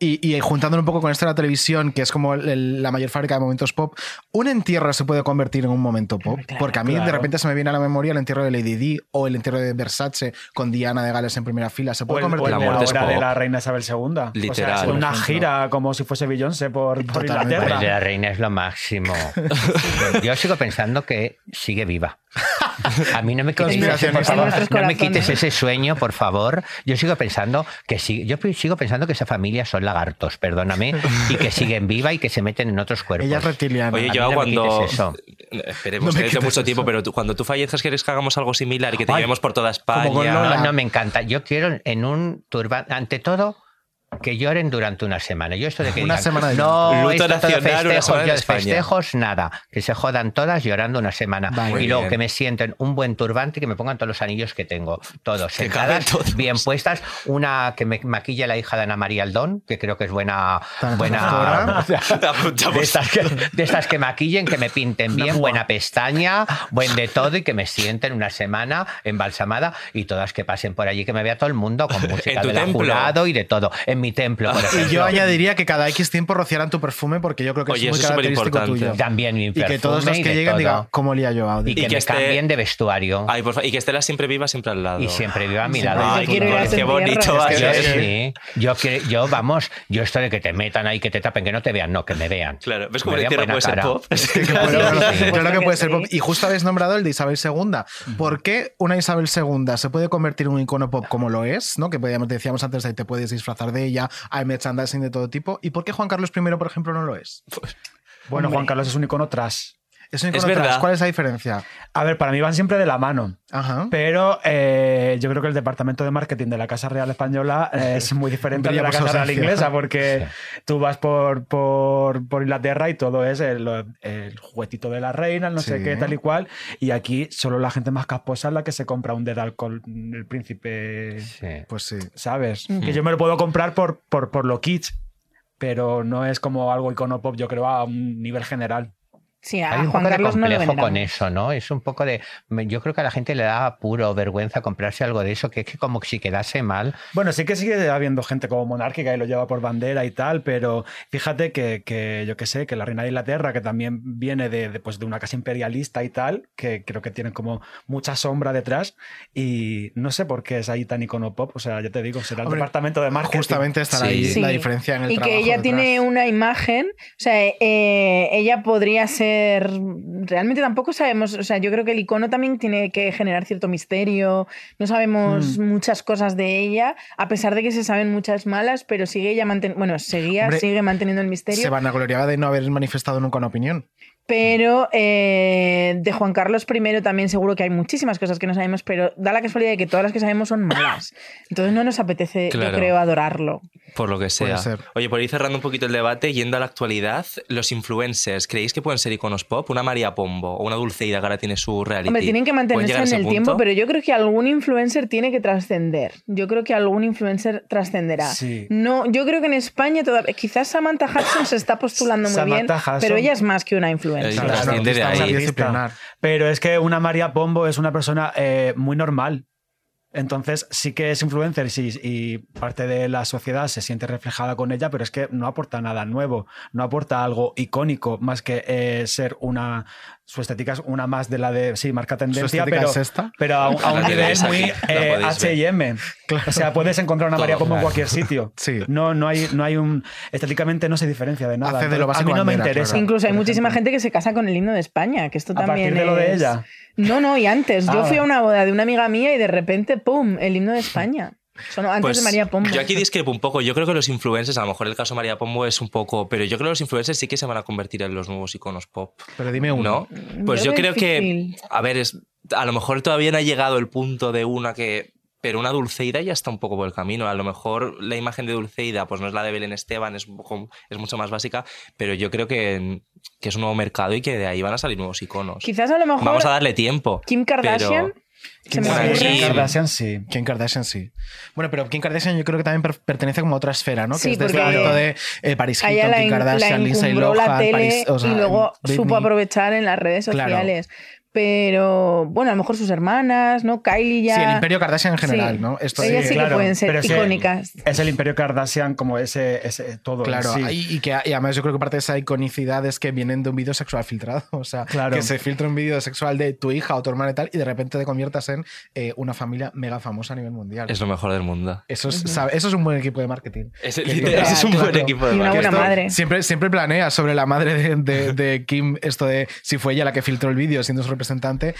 y, y juntándolo un poco con esto de la televisión, que es como el- el- la mayor fábrica de momentos pop, un entierro se puede convertir en un momento pop. porque a mí de claro. repente se me viene a la memoria el entierro de Lady Di o el entierro de Versace con Diana de Gales en primera fila. Se O puede el, o convertir el en de la momentos obra de pop. la reina Isabel II. O sea, Literal. es Por una ejemplo. gira como si fuese Beyoncé por, por Totalmente. Inglaterra. El de la reina es lo <laughs> máximo. Yo sigo pensando que sigue viva. A mí no me quites, ese, por Conspiracionista. favor. En nuestros No me corazones. quites ese sueño, por favor. Yo sigo pensando que sí, yo sigo pensando que esa familia son lagartos, perdóname, y que siguen viva y que se meten en otros cuerpos. Ella es reptiliana. A Oye, mí no yo me quites cuando. eso. Esperemos, No me que quites dentro de mucho eso. tiempo, pero tú- cuando tú fallezcas, ¿quieres que hagamos algo similar? Que te Ay, llevemos por toda España. No, <laughs> no, me encanta. Yo quiero en un turbante, ante todo, que lloren durante una semana. Yo esto de que Una digan, semana de no, llorar. esto Luto todo nacional, una festejos, semana en yo de España". festejos, nada. Que se jodan todas llorando una semana. Vale. Y luego Muy bien. que me sienten un buen turbante y que me pongan todos los anillos que tengo. Todos, sentadas, bien puestas. Una que me maquille la hija de Ana María Aldón, que creo que es buena... <laughs> buena Ahora, de estas, que, de estas que maquillen, que me pinten bien, buena pestaña, buen de todo y que me sienten una semana embalsamada y todas que pasen por allí, que me vea todo el mundo <laughs> con música tu de la templo? Ah, jurado y de todo. En mi templo, por ejemplo. <laughs> Y yo añadiría que cada X tiempo rociaran tu perfume porque yo creo que Oye, es muy eso es característico superimportante. tuyo. También mi Y que todos perfume los y que de lleguen todo. digan, ¿cómo le ha llevado? Y que, me esté- cambien de vestuario. Ay, por favor, y que esté la siempre viva siempre al lado. Y siempre viva a mi Siempre lado. viva, qué bonito, qué bonito va a Yo, ser. sí. yo, quiero- yo, vamos, yo esto de que te metan ahí, que te tapen, que no te vean, no, que me vean. Claro, ¿ves Que cómo me el vean buena entierro puede ser cara. pop? Es <laughs> que Claro, claro, <laughs> Sí. claro que puede ser pop. Y justo habéis nombrado el de Isabel II. ¿Por qué una Isabel II se puede convertir en un icono pop como lo es? ¿no? Que podíamos, decíamos antes de te puedes disfrazar de ella, hay merchandising de todo tipo. ¿Y por qué Juan Carlos I, por ejemplo, no lo es? Bueno, Hombre. Juan Carlos es un icono tras. Es un Es icono trans. verdad. ¿Cuál es la diferencia? A ver, para mí van siempre de la mano. Ajá. Pero eh, yo creo que el departamento de marketing de la Casa Real Española <laughs> eh, es muy diferente al de Brilla la por su Casa Real ausencia. Inglesa, porque tú vas por, por, por Inglaterra y todo es el, el juguetito de la reina, el no sé Sí. qué, tal y cual. Y aquí solo la gente más casposa es la que se compra un dedal con el príncipe, Pues sí. ¿sabes? Mm. Que yo me lo puedo comprar por, por, por lo kitsch, pero no es como algo icono pop, yo creo, a un nivel general. Sí, Hay a un Juan poco de Carlos no lo complejo veneran. con eso, ¿no? Es un poco de. me- Yo creo que a la gente le da apuro o vergüenza comprarse algo de eso, que es que como si quedase mal. Bueno, sí que sigue habiendo gente como monárquica y lo lleva por bandera y tal, pero fíjate que, que, yo que sé, que la reina de Inglaterra, que también viene de, de, pues, de una casa imperialista y tal, que creo que tienen como mucha sombra detrás y no sé por qué es ahí tan iconopop, o sea, ya te digo, será el Hombre, departamento de marketing. justamente estará ahí Sí. la diferencia y que ella tiene una imagen, o sea, eh, ella podría ser, realmente tampoco sabemos, o sea, yo creo que el icono también tiene que generar cierto misterio, no sabemos Hmm. muchas cosas de ella, a pesar de que se saben muchas malas, pero sigue ella manteniendo, bueno, seguía, Hombre, sigue manteniendo el Se misterio, vanagloriaba de no haber manifestado nunca una opinión. pero eh, de Juan Carlos I también seguro que hay muchísimas cosas que no sabemos, pero da la casualidad de que todas las que sabemos son malas, entonces no nos apetece, Claro. yo creo, adorarlo. Por lo que sea. ser. Oye, por ir cerrando un poquito el debate, yendo a la actualidad, los influencers, ¿creéis que pueden ser iconos pop? Una María Pombo o una Dulceida que ahora tiene su reality. Hombre, tienen que ¿Pueden mantenerse llegar a en ese el punto? tiempo, pero yo creo que algún influencer tiene que trascender. Yo creo que algún influencer trascenderá. Sí. No, yo creo que en España todavía. Quizás Samantha Hudson se está postulando muy bien, Samantha Hudson. pero ella es más que una influencer. Claro, trasciende de artista, ahí. es artista. Disciplinar. Pero es que una María Pombo es una persona eh, muy normal. Entonces sí que es influencer sí, y parte de la sociedad se siente reflejada con ella, pero es que no aporta nada nuevo, no aporta algo icónico más que eh, ser una... Su estética es una más de la de... Sí, marca tendencia, estética pero, es esta? pero a, un- a un La nivel tenéis aquí, muy la eh, podéis ver. H&M. O sea, puedes encontrar una Todo, María Pombo en claro. cualquier sitio. No, no, hay, no hay un... Estéticamente no se diferencia de nada. Hace de lo Entonces, a básico mí no me bandera, interesa. Incluso hay muchísima gente que se casa con el himno de España, que esto A también partir de lo de es- ella. No, no, y antes. Yo Ah. fui a una boda de una amiga mía y de repente, ¡pum! El himno de España. Sonó antes Pues, de María Pombo. Yo aquí discrepo un poco. Yo creo que los influencers, a lo mejor el caso María Pombo es un poco, pero yo creo que los influencers sí que se van a convertir en los nuevos iconos pop. Pero dime uno. ¿No? Pues Yo yo, creo creo que, difícil. a ver, es, a lo mejor todavía no ha llegado el punto de una que... Pero una Dulceida ya está un poco por el camino. A lo mejor la imagen de Dulceida pues no es la de Belén Esteban, es, un poco- es mucho más básica, pero yo creo que, que es un nuevo mercado y que de ahí van a salir nuevos iconos. Quizás a lo mejor. Vamos a darle tiempo. Kim Kardashian. pero- se me ocurre. Kim Kardashian sí. Kim Kardashian sí. Bueno, pero Kim Kardashian yo creo que también per- pertenece como a otra esfera, ¿no? Sí, que es desde el porque- ámbito de eh, Paris A Hilton, ella la, Kim en- la Kardashian, Lindsay encumbró Lohan, la tele Paris- o sea, y luego supo Britney. aprovechar en las redes Claro. sociales. Pero bueno, a lo mejor sus hermanas, ¿no? Kylie ya. Sí, el imperio Kardashian en general, Sí. ¿no? Esto Ellas sí que Claro, pueden ser pero es que icónicas. Es el imperio Kardashian como ese, ese todo. en Claro, sí. y, y que y además yo creo que parte de esa iconicidad es que vienen de un vídeo sexual filtrado. <laughs> O sea, Claro. que se filtra un vídeo sexual de tu hija o tu hermana y tal, y de repente te conviertas en eh, una familia mega famosa a nivel mundial. Es lo mejor del mundo. Eso es, Ujú. sabe- eso es un buen equipo de marketing. Es el- Que- literal, eso es un buen equipo de Y una marketing. buena Esto madre. Siempre, siempre planea sobre la madre de, de- de Kim esto de si fue ella la que filtró el vídeo siendo su representante.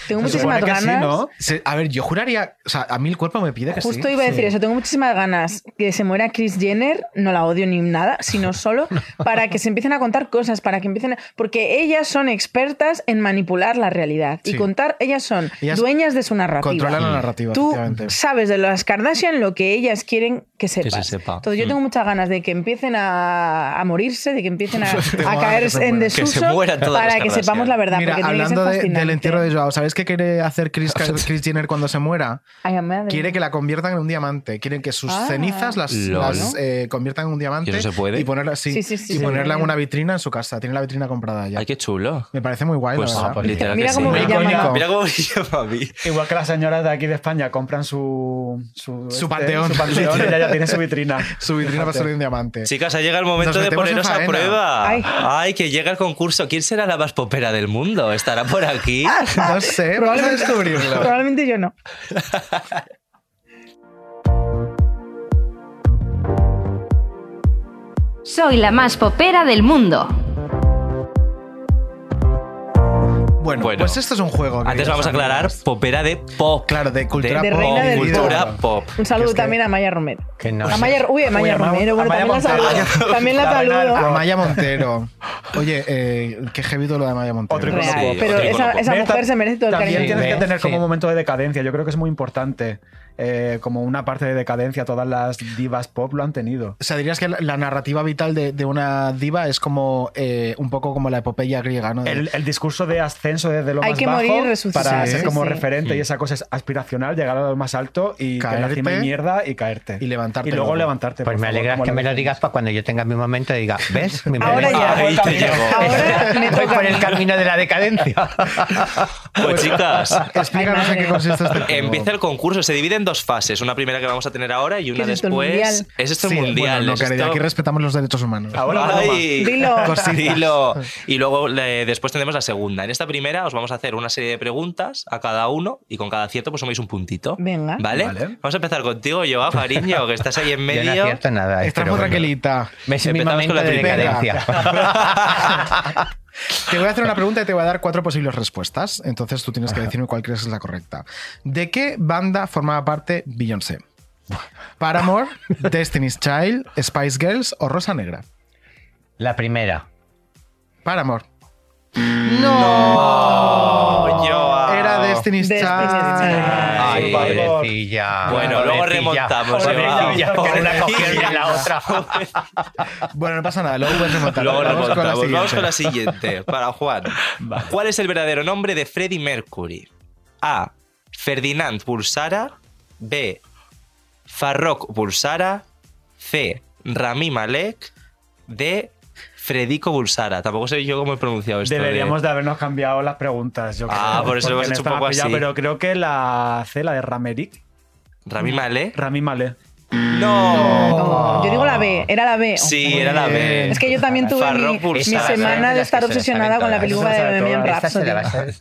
Tengo Se supone muchísimas que sí, ganas. ¿no? Se- a ver, yo juraría, o sea, a mí el cuerpo me pide que sí. Justo iba a decir Sí. eso, tengo muchísimas ganas que se muera Chris Jenner, no la odio ni nada, <laughs> sino solo para que se empiecen a contar cosas, para que empiecen a- Porque ellas son expertas en manipular la realidad y Sí. contar, ellas son Ellas dueñas de su narrativa. controlan la narrativa, Tú efectivamente. sabes de las Kardashian lo que ellas quieren que sepas. sepa. Entonces yo Mm. tengo muchas ganas de que empiecen a, a morirse, de que empiecen a, <laughs> Tengo a ganas caer que se en mueran. Que se desuso mueran todas las para que Kardashian. sepamos la verdad. Mira, porque tiene que ser hablando de- del fascinante. entierro de Joao, ¿sabes qué quiere <laughs> hacer Chris, Chris Jenner cuando se muera? Ay, madre. Quiere que la conviertan en un diamante. Quieren que sus Ah. cenizas las, Lol. las, eh, conviertan en un diamante. ¿Y eso se puede? Y ponerla, sí, Sí, sí, sí, y sí. ponerla en una vitrina en su casa. Tiene la vitrina comprada ya. Ay, qué chulo. Me parece muy guay, Pues, la verdad. ah, pues literal que sí. Muy icónico. Mira cómo brilla, papi. Igual que las señoras de aquí de España compran su... Su, Su este, panteón. Su panteón, ella ya tiene <laughs> su vitrina. Su vitrina para ser un diamante. Chicas, ha llegado el momento Nos de metemos en poneros a faena. prueba. Ay. Ay. que llega el concurso. ¿Quién será la más popera del mundo? ¿Estará por aquí? <laughs> No sé, vamos a <laughs> descubrirlo. Probablemente yo no. Soy la más popera del mundo. Bueno, pues esto es un juego. Antes queridos vamos a amigos. aclarar popera de pop. Claro, de cultura De pop. reina del cultura pop. pop. Un saludo también a Maya Romero. Que no A Maya, uy, a Maya Uy, a Ma- Romero. Bueno, a Maya también la Montero. <laughs> saludo. También la reina del saludo. pop. Amaya Montero. Oye, eh, qué heavy todo lo de Amaya Montero. Otro icono Real. pop. Pero Otro esa- icono pop. esa Ve, mujer tam- se merece todo el También cariño. tienes Sí, que tener como sí. un momento de decadencia. Yo creo que es muy importante. eh, como una parte de decadencia. Todas las divas pop lo han tenido. O sea, dirías que la, la narrativa vital de, de una diva es como eh, un poco como la epopeya griega, ¿no? De- El, el discurso de ascenso desde lo Hay más que bajo morir y resucitar. para Sí, ser sí, como sí. referente y esa cosa es aspiracional, llegar a lo más alto y caerte, la cima Caerte. y mierda y caerte. Y levantarte. Y luego levantarte. Pues por me favor, alegra como que la me lo vez. digas para cuando yo tenga mi momento y diga, ¿ves? Mi Ahora momento. ya. Ahí te Estoy- llegó. <laughs> <laughs> me Estoy toca por a el mí. camino de la decadencia. Pues chicas, Explícanos en qué consiste este juego. Empieza el concurso, se divide en dos fases, una primera que vamos a tener ahora y una ¿Qué es esto, el después. mundial? es esto el Sí, mundial. bueno, no, es Karen, esto- aquí respetamos los derechos humanos. Ay, Cositas. dilo. Y luego le- después tendremos la segunda. En esta primera os vamos a hacer una serie de preguntas a cada uno y con cada acierto pues sumáis un puntito. Venga. ¿Vale? Vamos a empezar contigo, Joao, cariño, que estás ahí en Yo medio. no acierto nada. Estás pero muy bueno. Raquelita. Me es mi Empezamos momento con la de primera. decadencia. Te voy a hacer <laughs> una pregunta y te voy a dar cuatro posibles respuestas. Entonces tú tienes que decirme cuál crees que es la correcta. ¿De qué banda formaba parte Beyoncé? <laughs> ¿Paramore, Destiny's Child, Spice Girls o Rosa Negra? La primera. Paramore. Mm, No. Oh, Era Destiny's Child. Ay, por favor. pobrecilla. Bueno, luego remontamos, Pobrecilla, Joao. que una cogieron la otra. Bueno, no pasa nada. Luego puedes remontar. Luego Vamos con la remontamos. Vamos siguiente. con la siguiente, para Juan. ¿Cuál es el verdadero nombre de Freddie Mercury? A. Ferdinand Bulsara. B. Farrokh Bulsara. C. Rami Malek. D. Federico Bulsara. Tampoco sé yo cómo he pronunciado esto. de- Deberíamos de habernos cambiado las preguntas. Yo Ah, creo, por eso lo porque hemos me hecho un estaba poco así. Pero creo que la C, la de Rameric. Rami Malek. Rami Malek. No. Yo digo la B, era la B. Sí, era la B. Es que yo también tuve mi, Farrokh mi Bulsara, semana ¿sabes? de estar obsesionada con la película de Bohemian Rhapsody.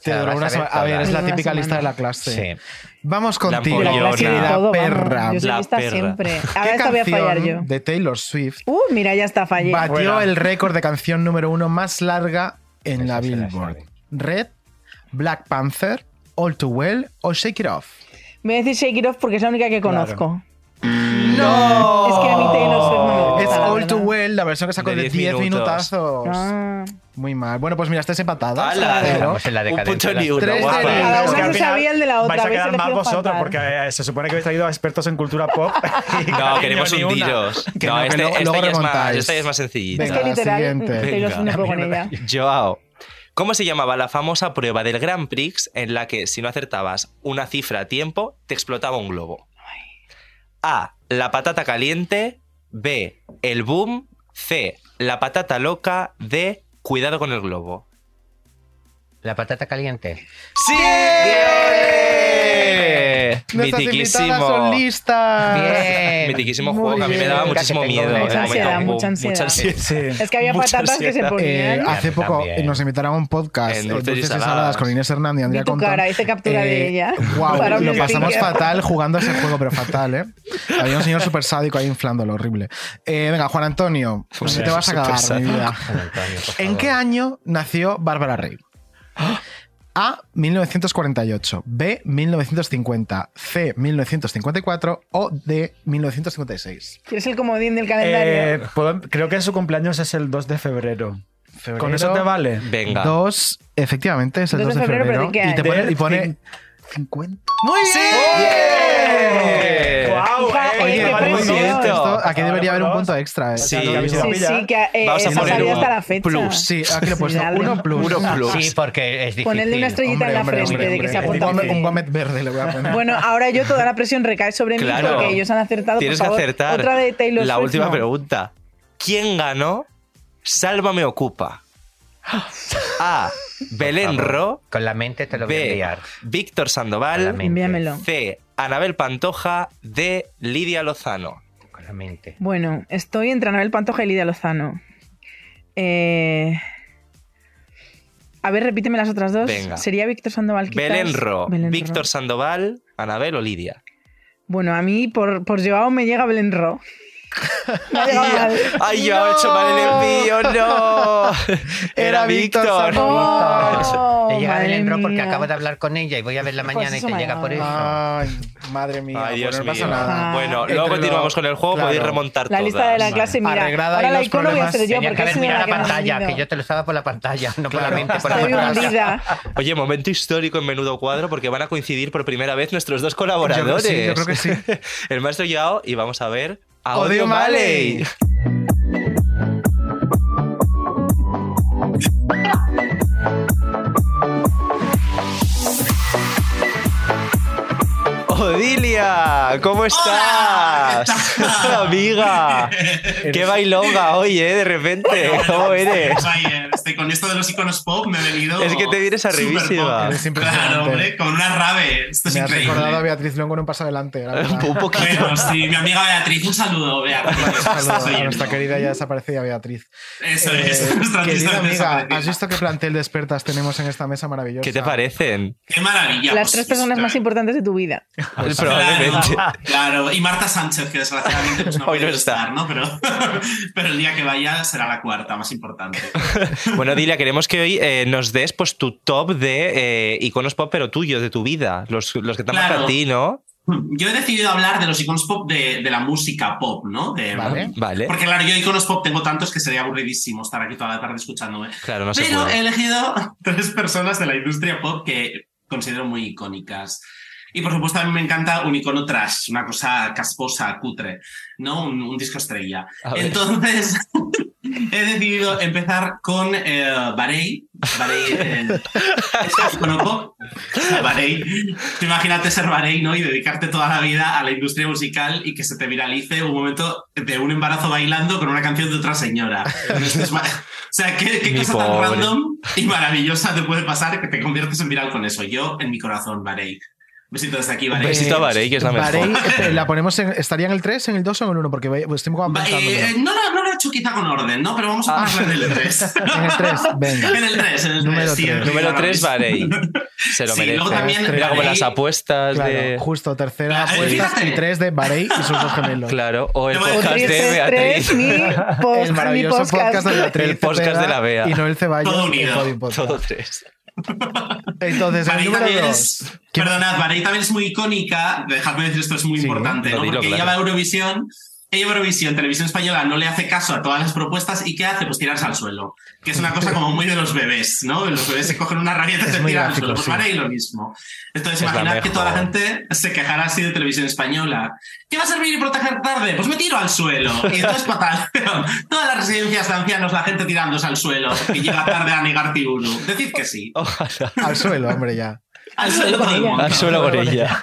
Te duró una semana. A ver, es la típica lista de la clase. Vamos contigo, La la, clase de todo, vamos. perra. Yo soy lista siempre. Ahora ¿Qué esta voy a fallar canción yo. De Taylor Swift Uh, mira, ya está, fallé. batió el récord de canción número uno más larga en la Billboard. Red, Black Panther, All Too Well o Shake It Off. Voy a decir Shake It Off porque es la única que conozco. No. Es que a mí Taylor Swift no me gusta, Es la All verdad. Too Well, la versión que sacó De de 10 10 minutos. minutazos. Ah. Muy mal. Bueno, pues mira, estáis empatadas. ¡Hala! Cero. Estamos en la Un punto decadencia. ni uno, Tres de guapa. liga. Cada Porque uno al se sabía final el de la otra. Vais a ¿Ves? quedar Te mal quiero vosotros faltar. porque eh, se supone que habéis traído a expertos en cultura <laughs> pop. y No, cariño, queremos ni una. hundiros. Que No, no, que este, luego- este luego ya es más, remontáis. este ya es más sencillito. Es que literal, Taylor Swift no puedo con ella. Joao, ¿cómo se llamaba la famosa prueba del Grand Prix en la que si no acertabas una cifra a tiempo, te explotaba un globo? A. La patata caliente. B. El boom. C. La patata loca. D. Cuidado con el globo. La patata caliente. ¡Sí! Nuestras invitadas Mitiquísimo. son listas. Bien. Mitiquísimo Muy juego que a mí me bien. daba Casi muchísimo tengo miedo. ¿eh? una en ese Mucha ansiedad, momento. mucha ansiedad. <laughs> ansiedad. Eh, Es que había Mucha patatas que se ansiedad. Eh, ponían. hace poco también. nos invitaron a un podcast En en Dulces y Dulces y Saladas. Saladas con Inés Hernández y Andrea Vi tu Compton. cara, hice captura de ella. guau, Para un lo pasamos sticker. fatal jugando a ese juego, pero fatal, ¿eh? Había un señor súper sádico ahí inflándolo, horrible. Eh, venga, Juan Antonio, Pues si sí, te vas a súper cagar, mi sádico. vida. Juan Antonio, por ¿En favor. qué año nació Bárbara Rey? A. 1948, B. 1950, C. 1954 o D. 1956. ¿Quieres el comodín del Eh, calendario? puedo- creo que su cumpleaños es el 2 de febrero. Febrero. ¿Con eso te vale? Venga. Dos, efectivamente, es el 2 de febrero. pero ¿de qué y, te año? pone, y pone. Del 50. ¡Muy bien! ¡Sí! ¡Guau! Hija, eh, Oye, qué vale, muy precioso. bien. bonito. Esto, aquí debería haber un punto extra. ¿eh? Sí. Aquí lo digo. Sí, sí, que eh, Vamos a eso poner sabía un hasta la fecha. Plus, sí, aquí lo he puesto. Sí, algo. uno plus. Uno plus. Sí, porque es difícil. Ponerle una estrellita en la frente de que se Un apunta. gomet- bien. Un gomet verde le voy a poner. Bueno, ahora yo toda la presión recae sobre mí Claro. porque ellos han acertado. por Tienes favor, que acertar. Otra de Taylor La Swift, última no. pregunta. ¿Quién ganó Sálvame <laughs> Ocupa? A. Belén Ro. Con la mente te lo voy a B. enviar. Víctor Con la Sandoval. mente. Envíamelo. C. Anabel Pantoja. D. Lidia Lozano. Con la mente. Bueno, estoy entre Anabel Pantoja y Lidia Lozano. Eh, A ver, repíteme las otras dos. Venga. Sería Víctor Sandoval. quizás? Belén Ro. Belén Ro. Víctor Sandoval. Anabel o Lidia. Bueno, a mí por, por Joao me llega Belén <laughs> Ro. Me ha llegado <laughs> mal. ¡Ay, yo he hecho mal el envío! ¡No! Era Víctor. Oh, Te llega madre Belén Ro porque mía. acabo de hablar con ella y voy a verla Pues mañana eso y te me llega por eso. Ay, madre mía. Ay, Dios bueno, no pasa mío. Ah. nada. Bueno, Entre luego lo- continuamos con el juego. claro. Podéis remontar La lista de la todas. clase, mira. Arreglada ahora y la los icono voy a problemas. ser yo Tenía que porque ha haber sido mirado la la que más pantalla, unido. que yo te lo estaba por la pantalla, no por la mente, por la Estoy pantalla. hundida. Oye, momento histórico en menudo cuadro porque van a coincidir por primera vez nuestros dos Yo creo colaboradores. que sí, yo creo que sí. <laughs> El maestro Yao y vamos a ver a Odio Odio Maley. <laughs> Maley. Nuria, ¿cómo estás? <laughs> Amiga, qué bailonga hoy, ¿eh? De repente, ¿cómo eres? Ayer, este, con esto de los iconos pop me he venido. Es que te vienes arribísima. Eres impresionante. Claro, hombre, con una rave. Esto es Me has increíble. recordado a Beatriz Longo en un paso adelante. <laughs> la verdad. Un poquito. Bueno, sí, mi amiga Beatriz, un saludo, Beatriz. Saludos Soy a yo. nuestra querida ya desaparecida Beatriz. Eh, Eso es, nuestra querida artista amiga, desaparecida. ¿has visto qué plantel de expertas tenemos en esta mesa maravillosa? ¿Qué te parecen? Qué maravilla. Las tres personas más importantes de tu vida. pues Probablemente. Claro, claro. y Marta Sánchez, que desgraciadamente pues, no Hoy no puede está. estar, ¿no? Pero, <laughs> pero el día que vaya será la cuarta, más importante. <laughs> Bueno, Dilia, queremos que hoy eh, nos des pues tu top de eh, iconos pop, pero tuyos, de tu vida. Los, los que te han Claro. marcado a ti, ¿no? Yo he decidido hablar de los iconos pop de, de la música pop, ¿no? De- Vale. Vale. Porque claro, yo iconos pop tengo tantos que sería aburridísimo estar aquí toda la tarde escuchándome. Claro, no se Pero puede. he elegido tres personas de la industria pop que considero muy icónicas. Y por supuesto, a mí me encanta un icono trash, una cosa casposa, cutre, ¿no? Un, un disco estrella. A ver. Entonces, <laughs> he decidido empezar con eh, Barei. Barei eh, es un icono pop. Barei. Tú imagínate ser Barei, ¿no? Y dedicarte toda la vida a la industria musical y que se te viralice un momento de un embarazo bailando con una canción de otra señora. Esto es ma- o sea, ¿qué, qué Mi cosa tan pobre. random <laughs> y maravillosa te puede pasar que te conviertes en viral con eso? Yo, en mi corazón, Barei. Besito desde aquí, Barei. Besito a Barei, que es la mejor. Varey, eh, la ponemos en, ¿Estaría en el 3, en el 2 o en el 1? Porque ve- estoy como Va- eh, avanzando. no, lo- no lo he hecho quizá con orden, ¿no? Pero vamos a Ah. ponerla en el 3. <laughs> En el 3, venga. En el 3, en el 3. Número tres. Número 3, <laughs> Varey. Se lo Sí, merece. luego también Mira como Varey- las apuestas Claro, de. justo, tercera Ah, apuestas fíjate. y 3 de Barey y sus dos gemelos. Claro, o el Te voy a podcast decir- de Beatriz. <laughs> Tres, mi post- El maravilloso mi podcast. de Beatriz El podcast Cepeda de la Bea. Y Noel Ceballos. Todo en unido. Podium <laughs> Podcast. Todo tres. Entonces, el Varey también número 2. es, perdonad, Varey también es muy icónica. Dejadme decir esto, es muy importante, lo ¿no? dilo, Porque ella claro. va a Eurovisión, ella va a Eurovisión, Televisión Española no le hace caso a todas las propuestas y ¿qué hace? Pues tirarse al suelo. Que es una cosa como muy de los bebés, ¿no? Los bebés se cogen una rabieta y Es se muy tiran al gráfico, suelo. Pues sí. Varey lo mismo. Entonces, Es la Pues imaginad que toda la mejor. gente se quejara así de Televisión Española. ¿Qué va a servir y proteger tarde? Pues me tiro al suelo. <laughs> Y entonces, fatal. <laughs> Todas las residencias de ancianos, la gente tirándose al suelo. Y llega tarde a negar uno. Decid que sí. Ojalá. Al suelo, hombre, ya. Al suelo todo el mundo. Al suelo con <laughs> ella.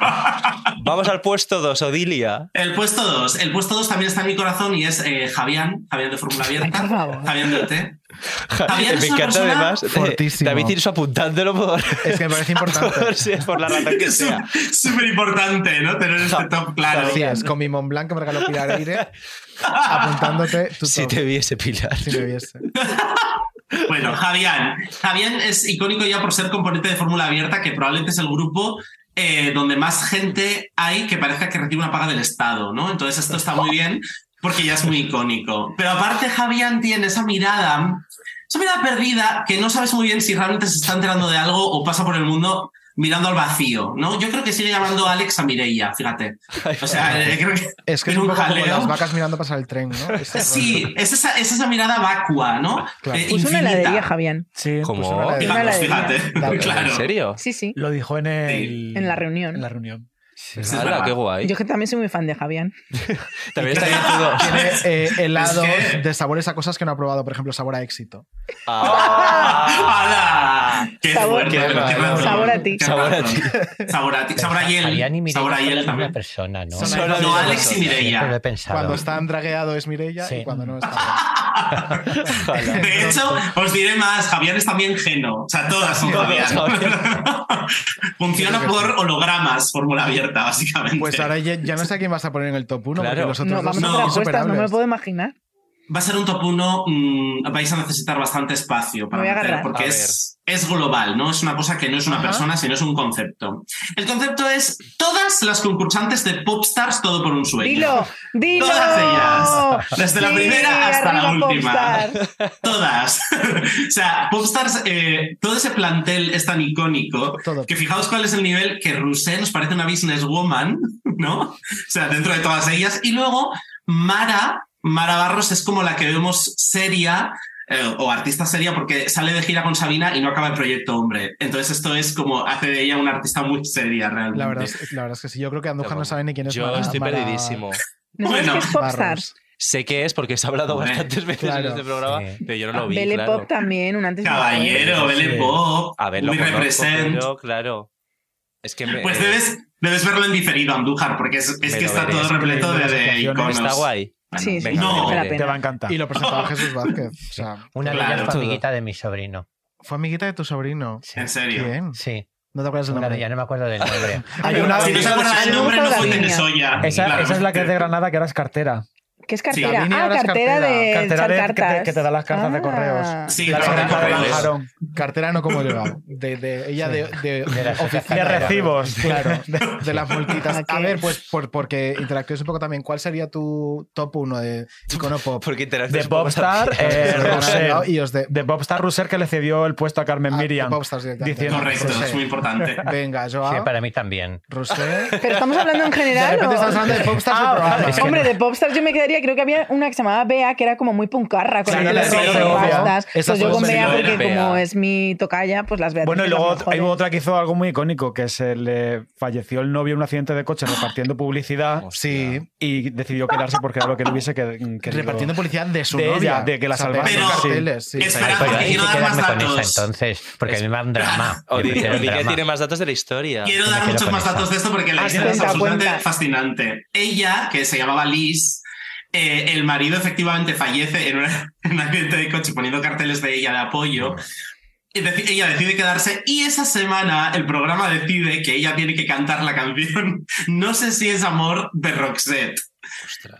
Vamos al puesto 2, Odilia. El puesto 2. El puesto 2 también está en mi corazón y es eh, Javián, <laughs> Javián de Fórmula Por Abierta. favor. Javián del T. <laughs> Me Javián es una encanta persona- además. eh, Fortísimo. David Tirso apuntándolo por. Es que me parece por, importante. sí, por la razón que sea. Súper importante, ¿no? Tener este top claro. Así es, con mi Mont Blanc que me regaló Pilar Aire, apuntándote tu Si top, te viese, Pilar. si me viese. Bueno, Javián. Javián es icónico ya por ser componente de Fórmula Abierta, que probablemente es el grupo eh, donde más gente hay que parezca que recibe una paga del Estado, ¿no? Entonces esto está muy bien porque ya es muy icónico. Pero aparte Javián tiene esa mirada, esa mirada perdida que no sabes muy bien si realmente se está enterando de algo o pasa por el mundo mirando al vacío, ¿no? Yo creo que sigue llamando a Alex a Mireia, fíjate. O sea, eh, creo que Es que es tiene un poco como jaleo. las vacas mirando pasar el tren, ¿no? Ese Sí, rollo. es esa, es esa mirada vacua, ¿no? Claro. Eh, Puso una infinita. heladería, Javián. Sí, ¿Cómo? puso una de- Una Digamos, heladería. fíjate. Claro. Claro. ¿En serio? Sí, sí. Lo dijo en el- En la reunión. En la reunión. es Hala, verdad. qué guay. Yo que también soy muy fan de Javián. También está bien todo. Tiene eh, helados Es que- de sabores a cosas que no ha probado, por ejemplo, sabor a éxito. ¡Hala! ¡Qué Sabor- fuerte! Qué pero qué raro. raro. Sabor a ti. Qué Sabor a raro. ti. Sabor a ti. Sabor a Javián y hiel. Mireia Sabor a son la hiel misma también. persona, ¿no? Son Siempre la No, misma Alex y persona. lo he Mireia. pensado. Cuando está dragueado es Mirella Sí. y <laughs> cuando no está. De hecho, os diré más, Javián es también Geno. O sea, todas son Javián. Funciona por hologramas, fórmula abierta, básicamente. Pues ahora ya, ya no sé a quién vas a poner en el top 1, Claro. porque los otros No, dos vamos son a hacer no, apuestas, no me lo insuperables. puedo imaginar. Va a ser un top 1, vais a necesitar bastante espacio para Me voy a meter, agarrar. porque A es, es global, ¿no? Es una cosa que no es una Ajá. persona, sino es un concepto. El concepto es todas las concursantes de Popstars, todo por un sueño. Dilo, dilo. Todas ellas. Desde la Sí, primera hasta la arriba última. <laughs> Popstar. Todas. <laughs> o sea, Popstars, eh, todo ese plantel es tan icónico Todo. que fijaos cuál es el nivel que Rusé nos parece una businesswoman, <laughs> ¿no? O sea, dentro de todas ellas. Y luego Mara, Mara Barros es como la que vemos seria. eh, o artista seria porque sale de gira con Sabina y no acaba el proyecto hombre. Entonces esto es como hace de ella una artista muy seria realmente. La verdad, es- la verdad es que sí, yo creo que Andújar no sabe ni quién es Yo Mara- estoy Mara perdidísimo. ¿No sabes Bueno, qué es Popstar? Barros. Sé que es porque se ha hablado Hombre, bastantes veces en claro, este programa, sí. pero yo no lo vi. Belle claro. Pop también, un antes y un después. Caballero, Belle Pop, A ver, lo muy conozco, represent. pero, claro. Es que me- Pues debes, Debes verlo en diferido, Andújar, porque es, es eh, Me que lo está veré, todo es que repleto me de, lo de veré. iconos. Está guay. Sí, sí, Venga, merece me lo la veré. pena. Y lo presentaba Jesús Vázquez. O sea, Una de ellas Claro. fue amiguita de mi sobrino. Fue amiguita de tu sobrino. ¿En serio? ¿Quién? Sí. ¿No te acuerdas del Una de nombre? ellas, no me acuerdo del nombre. Ah, Hay una- Ah, Si no se acuerda del nombre, no fuiste de Soya. Esa, Claro, este- esa es la que es de fuiste- Granada, que ahora es cartera. ¿Qué es Sí, cartera? Lavinia ah, ahora es cartera, de Cartera echar de- que te- cartas. Ah. que te da las cartas de correos. Sí, La claro, de señora de correos. Lanjarón. Cartera no como llevaba. De, de- ella de, de, las oficina. De recibos. Claro, de las multitas. A ver, pues por- porque interactúes un poco también. ¿Cuál sería tu top 1 de icono pop? Porque De Popstar, <laughs> eh, Russer. Y os de, De Popstar Russer, que le cedió el puesto a Carmen Ah, de Miriam. Popstars directamente. Diciendo- Correcto, es muy importante. Venga, Sí, Joao, para mí también. <laughs> Rusé. Pero estamos hablando en De general. repente ¿o? estamos hablando de popstars del Ah, programa. vale. Hombre, de popstars yo me quedaría, creo que había una que se llamaba Bea, que era como muy puncarra con Sí, el pelo la de rojo Bea. y rastas. Esa Pues yo fue con muy Bea, buena. porque Bea. como es mi tocaya, pues las Beatrices Bueno, y luego las hay mejores. otra que hizo algo muy icónico, que se le falleció el novio en un accidente de coche repartiendo publicidad Sí, y decidió quedarse porque era lo que le hubiese que, querido. repartiendo publicidad de su De ella, novia. de que la O sea, salvase. pegando Pero- carteles, sí. espera, Ay, pues yo porque ahí quiero sí dar más quedarme con esa datos. entonces, porque a mí me da un drama. Yo me Odile da un Odile drama. tiene más datos de la historia. Quiero Me dar quedo muchos con más esa. datos de esto porque la Ah, historia es cuenta, absolutamente cuenta. fascinante. Ella, que se llamaba Liz, eh, el marido efectivamente fallece en una- <laughs> en un accidente de coche poniendo carteles de ella de apoyo. Y deci- ella decide quedarse y esa semana el programa decide que ella tiene que cantar la canción <laughs> No sé si es amor de Roxette.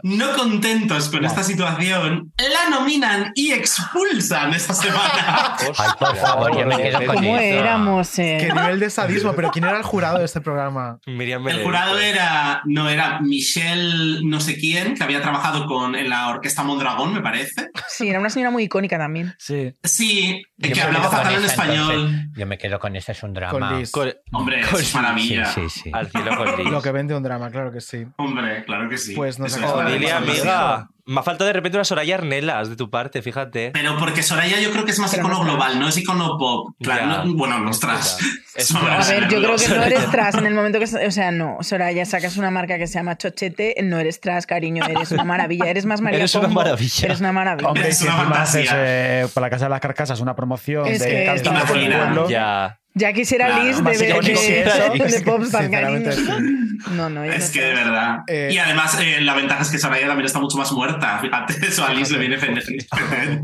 No contentos con esta situación, la nominan y expulsan esa semana. Ay, por favor, yo me quedo con ¿Cómo esa. éramos? eh? Qué nivel de sadismo, pero ¿quién era el jurado de este programa? Miriam pues. El Belén. jurado era, no, era Michelle no sé quién, que había trabajado con, en la Orquesta Mondragón, me parece. Sí, era una señora muy icónica <laughs> también. Sí. Sí, Yo que me hablaba quedo con fatal en esa, español. entonces. Yo me quedo con esa, es un Con drama. Liz. Con- Hombre, con- es maravilla. Sí, sí, Al cielo <laughs> con Liz. Lo que vende un drama, claro que sí. Hombre, claro que sí. Pues nos Eso es acaba maravilla, Odilia, Dilia, maravilla. amiga. Me ha faltado de repente una Soraya Arnelas de tu parte, fíjate. Pero porque Soraya yo creo que es más Pero icono no es global, no es icono pop. Claro, Ya. no- bueno, no, ostras. Es Son verdad. A ver, yo creo que no eres Soraya. trans en el momento que... O sea, no, Soraya, sacas una marca que se llama Chochete, no eres trans, cariño, eres una maravilla, eres más María <laughs> Eres una Pombo, maravilla. Eres una maravilla. Hombre, y Es si una encima haces fantasía. eh, para la Casa de las Carcasas una promoción Es que de es <laughs> Canta una por el gira. pueblo. Ya. Ya quisiera Claro, Liz más de, de, icónico que eso, eso. de Popstar, <laughs> Sinceramente, cariño. sí. No, no, yo Es no que de sé. verdad. Eh, y además, eh, la ventaja es que Soraya también está mucho más muerta. <laughs> Fíjate, eso a Liz le viene fenomenal.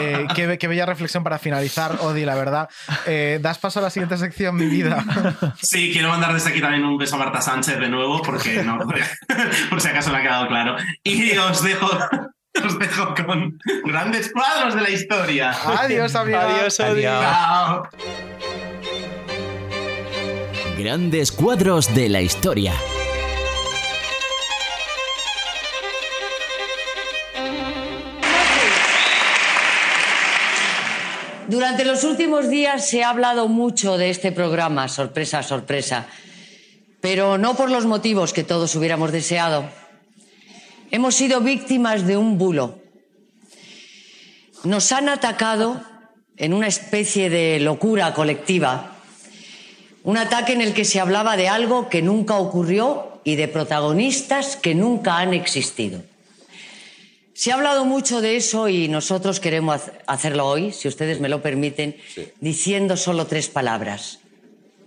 Eh, qué, be- qué bella reflexión para finalizar, Odi, la verdad. Eh, das paso a la siguiente sección, <laughs> mi vida. Sí, quiero mandar desde aquí también un beso a Marta Sánchez de nuevo, porque no, <laughs> por si acaso no ha quedado claro. Y os dejo, <laughs> os dejo con grandes cuadros de la historia. Adiós, amiga. Adiós, Odi. Chao. Grandes cuadros de la historia. Durante los últimos días se ha hablado mucho de este programa, sorpresa, sorpresa, pero no por los motivos que todos hubiéramos deseado. Hemos sido víctimas de un bulo. Nos han atacado en una especie de locura colectiva, un ataque en el que se hablaba de algo que nunca ocurrió y de protagonistas que nunca han existido. Se ha hablado mucho de eso y nosotros queremos hac- hacerlo hoy, si ustedes me lo permiten, diciendo solo tres palabras.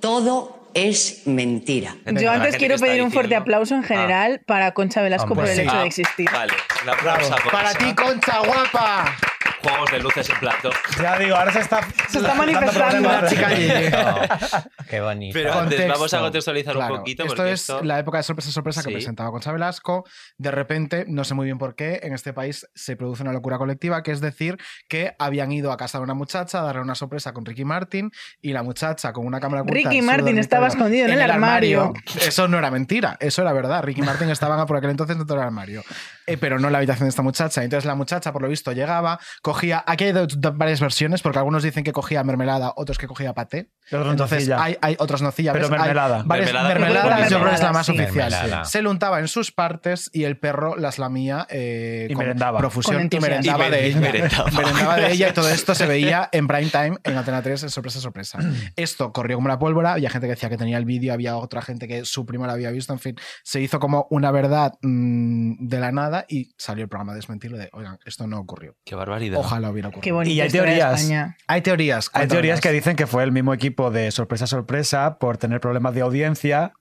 Todo es mentira. Venga, Yo la antes gente quiero que está pedir un fuerte diciendo- aplauso en Ah. general para Concha Velasco por Hombre, el sí. hecho Ah, de existir. Vale, un aplauso. por Para esa. ti, concha guapa. Juegos de luces en plato. Ya digo, ahora se está, Se está manifestando. La chica allí. No, Qué bonito. Pero antes Contexto. vamos a contextualizar Claro, un poquito. Esto porque es la época de sorpresa, sorpresa Sí. que presentaba Concha Velasco. De repente, no sé muy bien por qué, en este país se produce una locura colectiva, que es decir, que habían ido a casa de una muchacha a darle una sorpresa con Ricky Martin y la muchacha con una cámara oculta. Ricky en su Martin dormitorio, estaba escondido en el armario. Eso no era mentira, eso era verdad. Ricky Martin estaba por aquel entonces dentro del armario, eh, pero no en la habitación de esta muchacha. Entonces la muchacha, por lo visto, llegaba, cogía. Aquí hay do- do- varias versiones, porque algunos dicen que cogía mermelada, otros que cogía paté. Pero Entonces nocilla. hay, hay otras nocillas. Pero ¿ves? Hay mermelada. varias Mermelada. mermeladas, yo creo que es la Mermelada, más sí. oficial. Mermelada. Se lo untaba en sus partes y el perro las lamía eh, Y con merendaba. Con profusión y entusiasmo. merendaba Y de mer- ella. merendaba. Merendaba de ella y <laughs> todo esto se veía en prime time en Antena 3 en sorpresa, sorpresa. Esto corrió como la pólvora, había gente que decía que tenía el vídeo, había otra gente que su prima lo había visto, en fin, se hizo como una verdad mm, de la nada y salió el programa a desmentirlo de, oigan, esto no ocurrió. Qué barbaridad. Ojalá hubiera Qué ocurrido. bonita Y hay historia de teorías. España. Hay teorías. Hay cuéntanos. teorías que dicen que fue el mismo equipo de Sorpresa Sorpresa por tener problemas de audiencia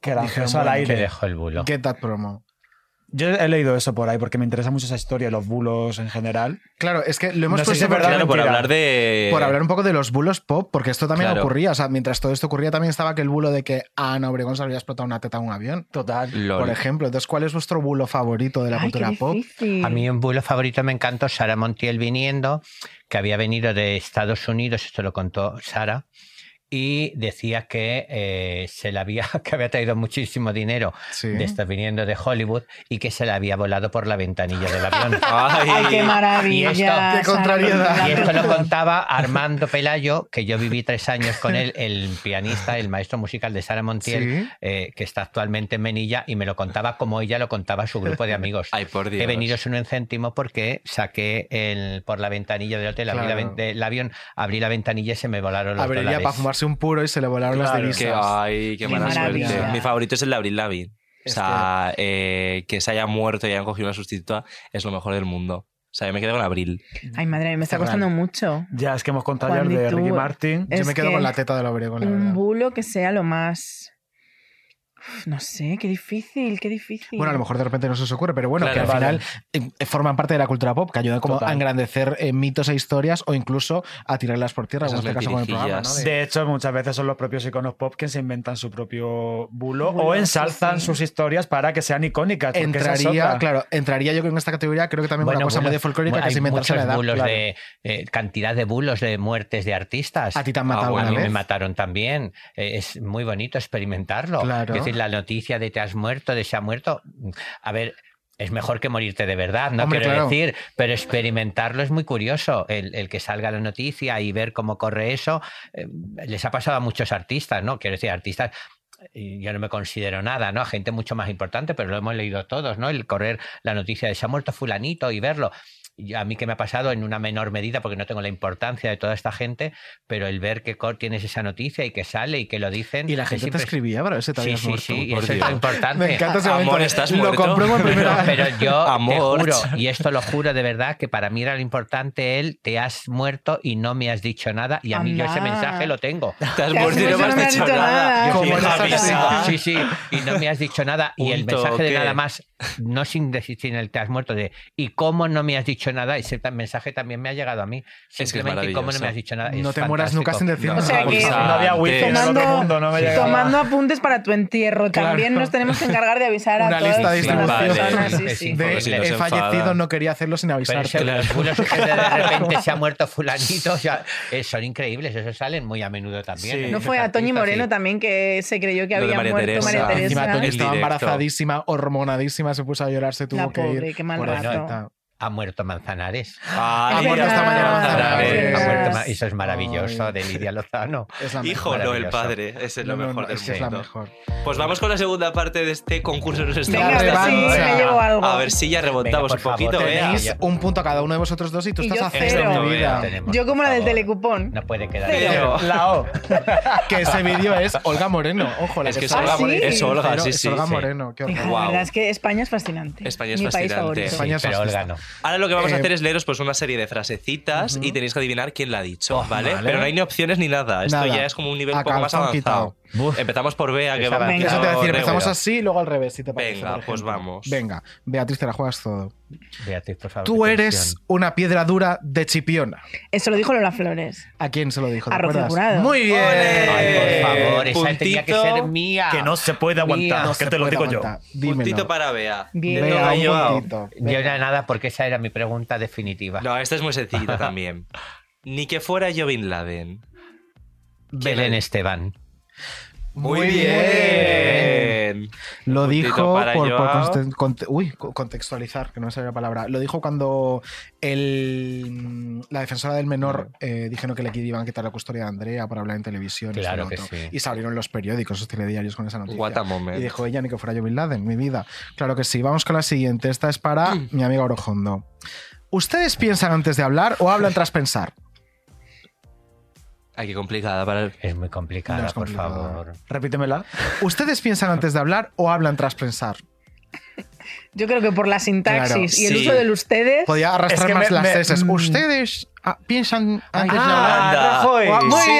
que lanzas al aire. Que dejó el bulo. Get that promo. Yo he leído eso por ahí porque me interesa mucho esa historia, los bulos en general. Claro, es que lo hemos No sé si puesto es verdad porque- o mentira. Por hablar un poco de los bulos pop, porque esto también Eh, Claro. ocurría. O sea, mientras todo esto ocurría, también estaba que el bulo de que a Ana Obregón se le había explotado una teta a un avión. Total. Lol. Por ejemplo. Entonces, ¿cuál es vuestro bulo favorito de la cultura pop? A mí un bulo favorito me encantó Sara Montiel viniendo, que había venido de Estados Unidos, esto lo contó Sara, y decía que eh, se la había, <laughs> que había traído muchísimo dinero de estar viniendo de Hollywood y que se la había volado por la ventanilla del avión. Ay. Ay, qué maravilla, Y esto- Qué contrariedad. Sara. Y esto lo contaba Armando Pelayo, que yo viví tres años con él, el pianista, el maestro musical de Sara Montiel, Sí. eh, que está actualmente en Menilla, y me lo contaba como ella lo contaba a su grupo de amigos. Ay, por Dios. He venido sin un céntimo porque saqué el, por la ventanilla del hotel, abrí la Claro. ven- del avión, abrí la ventanilla y se me volaron los Abriría dólares. para fumarse un puro y se le volaron las divisas. Que, ay, qué Qué mala maravilla. suerte. Mi favorito es el de Abril Lavigne. O sea, eh, que se haya muerto y hayan cogido una sustituta es lo mejor del mundo. O sea, yo me quedo con Abril. Ay, madre mía, me está Qué costando mucho. Ya, es que hemos contado Juan, ya el ¿y de tú? Ricky Martin. Yo eh, Es me quedo que- con la teta de la Obregón, la Un bulo que sea lo más. Uf, No sé, qué difícil, qué difícil. Bueno, a lo mejor de repente no se os ocurre, pero bueno, Claro, que al vale. final eh, forman parte de la cultura pop, que ayudan como Total. a engrandecer eh, mitos e historias o incluso a tirarlas por tierra, como en este caso con el programa, ¿no? De- De hecho, muchas veces son los propios iconos pop quienes se inventan su propio bulo, Bulo, o sí, ensalzan sí. sus historias para que sean icónicas. porque esa es entraría, otra. claro, entraría yo en esta categoría, creo que también con una cosa bulos- medio folclórica bueno, que se hay inventase muchos la edad. bulos claro. de eh, cantidad de bulos de muertes de artistas. ¿A ti te han matado Ah, alguna a mí vez? me mataron también. Eh, Es muy bonito experimentarlo. Claro. Es decir, la noticia de te has muerto, de se ha muerto. A ver. Es mejor que morirte de verdad, no Hombre, quiero claro. decir, pero experimentarlo es muy curioso. El, el que salga la noticia y ver cómo corre eso, eh, les ha pasado a muchos artistas, ¿no? Quiero decir, artistas y yo no me considero nada, ¿no? A gente mucho más importante, pero lo hemos leído todos, ¿no? El correr la noticia de se ha muerto fulanito y verlo. Y a mí que me ha pasado en una menor medida, porque no tengo la importancia de toda esta gente, pero el ver que cor- tienes esa noticia y que sale y que lo dicen... Y la es gente te impres- escribía, bro, ese te Sí, habías sí, muerto. sí, y Por eso es Ah, Dios. tan importante. Me encanta ese momento. Amor, estás Lo muerto. <laughs> compruebo en primera Pero, pero yo Amor. te juro, y esto lo juro de verdad, que para mí era lo importante el te has muerto y no me has dicho nada, y a mí yo ese Anda. mensaje lo tengo. Te has Te has muerto y no me has muerto y no me has dicho dicho nada. nada. Yo, Como sí, en sí, esa sí, sí, y no me has dicho nada, y el Punto, mensaje de ¿qué? nada más, no sin decir sin el te has muerto, de y cómo no me has dicho nada, ese ta- mensaje también me ha llegado a mí. es Simplemente, ¿cómo no me has dicho nada? No Es te mueras nunca fantástico. sin decir O sea que- No había wifi en el otro Tomando- mundo, no me Sí. llegaba. Tomando apuntes para tu entierro. También nos tenemos que encargar de avisar a Una todas lista las de distribución personas. Vale, Sí, es sí. de imposible. he fallecido, no quería hacerlo sin Pero avisarte. ese- los bulos que de, <laughs> de repente se ha muerto fulanito, o sea, eh, son increíbles, esos salen muy a menudo también. ¿eh? No fue a Toñi Moreno también que se creyó que había muerto María Teresa. Encima Toñi En estaba directo. embarazadísima, hormonadísima, se puso a llorar, se tuvo La que pobre, ir. qué mal Bueno, rato. está. Ha muerto Manzanares. Ha Es muerto esta verdad, mañana Ah, Manzanares. Manzanares. Ha muerto Ma- Eso es maravilloso, de Lidia Lozano. Es la mejor. Hijo, no, el Maravilloso. padre. Ese es lo No, no, mejor no, del es que es la mundo. mejor. Pues vamos con la segunda parte de este concurso. Nos Venga, estamos a ver si gastando, me ¿eh? llevo algo. A ver si ya remontamos Venga, por un poquito, favor, ¿eh? tenéis Es un punto a cada uno de vosotros dos y tú Y estás yo a cero cero. de mi vida. Yo como la del telecupón. Ah, No puede quedar. <laughs> Cero. La O. <laughs> que ese vídeo es Olga Moreno. Ojo, la Es que es está- Olga ¿Ah, sí? Moreno. Es Olga, Cero, sí, es sí, Olga sí. Moreno. Qué horror. Hija, La verdad es que España es fascinante. España es Mi país fascinante. favorito. Sí, pero Olga no. Ahora lo que vamos a Eh, hacer es leeros pues una serie de frasecitas y tenéis que adivinar quién la ha dicho, ¿vale? vale. Pero no hay ni opciones ni nada. Esto Nada. ya es como un nivel A un poco más calzón avanzado. Empezamos por Bea, que va mucho Eso te voy a decir, de empezamos Bea. así y luego al revés, si te parece. Venga, por ejemplo. pues vamos. Venga, Beatriz, te la juegas todo. Beatriz, por favor. Tú qué eres tensión. una piedra dura de Chipiona. Eso lo dijo Lola Flores. ¿A quién se lo dijo? ¿Te A Rocío acuerdas? Jurado. Muy bien. Ay, por favor, esa tenía que ser eh, puntito, mía. Que no se puede aguantar, Ah, Mía. que te lo digo yo. Puntito para Bea. Bien. Te toca, Bea, un Joao. puntito. Yo era nada porque esa era mi pregunta definitiva. No, esta es muy sencillita también. Ni que fuera yo Bin Laden. Belén Esteban. Muy Muy bien. bien. Lo Puntito dijo para por, por Joao. conte- conte- uy, co- contextualizar, que no me sale la palabra. Lo dijo cuando el, la defensora del menor eh, dijeron que le iban a quitar la custodia de Andrea por hablar en televisión. esto y Claro lo que otro. sí. Y salieron los periódicos, los telediarios con esa noticia. What a moment. Y dijo ella, ni que fuera yo Bin Laden, mi vida. Claro que sí. Vamos con la siguiente. Esta es para mi amiga Orojondo. ¿Ustedes piensan antes de hablar o hablan tras pensar? Ay, qué complicada para el... Es muy complicada, No es por complicada. favor. Repítemela. ¿Ustedes piensan antes de hablar o hablan tras pensar? Yo creo que por la sintaxis Claro, Pues y el sí. ustedes. uso del ustedes. Podía arrastrar Es que más me- las me- ceses. mm. Ustedes ah, piensan antes Ah, de hablar. Rajoy. Guau, Muy Sí.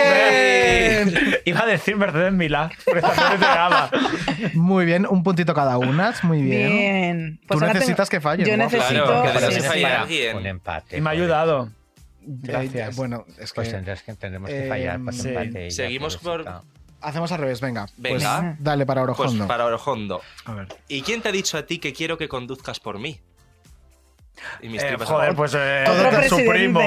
bien. <laughs> Iba a decir Mercedes Milá, pero está en el programa. <laughs> Muy bien, un puntito cada una. es Muy bien. Bien. Tú Pues ahora necesitas tengo- que falles. Yo guapa. necesito. Claro, que Sí, tenemos sí, que sí. fallar. alguien. Un empate. Y me ha ayudado. Eh, Gracias. Bueno, es que Pues tendrás que, tendremos que eh, fallar. Pues sí. empate y ya, Seguimos pobrecita. hacemos al revés, venga. Venga. Ah. Pues dale para Pues Orojondo. para Orojondo. A Eh, ver. ¿Y quién te ha dicho a ti que quiero que conduzcas por mí? Y mis Eh, tripas joder, abajo. pues eh, Otro su presidente. primo.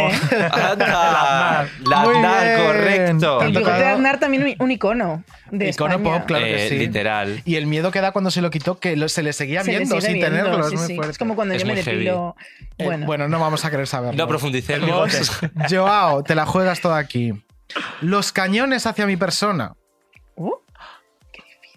Anda, la Muy bien. correcto. Te El bigote han de tocado Aznar también un icono de Icono España. pop, claro que Eh, sí. Literal. Y el miedo que da cuando se lo quitó, que lo- se le seguía Se le viendo sigue sin viendo, tenerlo. sí, es muy sí. fuerte. Es como cuando Es yo me muy heavy. depilo. Eh, Bueno, no vamos a querer saberlo. No profundicemos. <laughs> <laughs> Joao, te la juegas toda aquí. Los cañones hacia mi persona. Uh.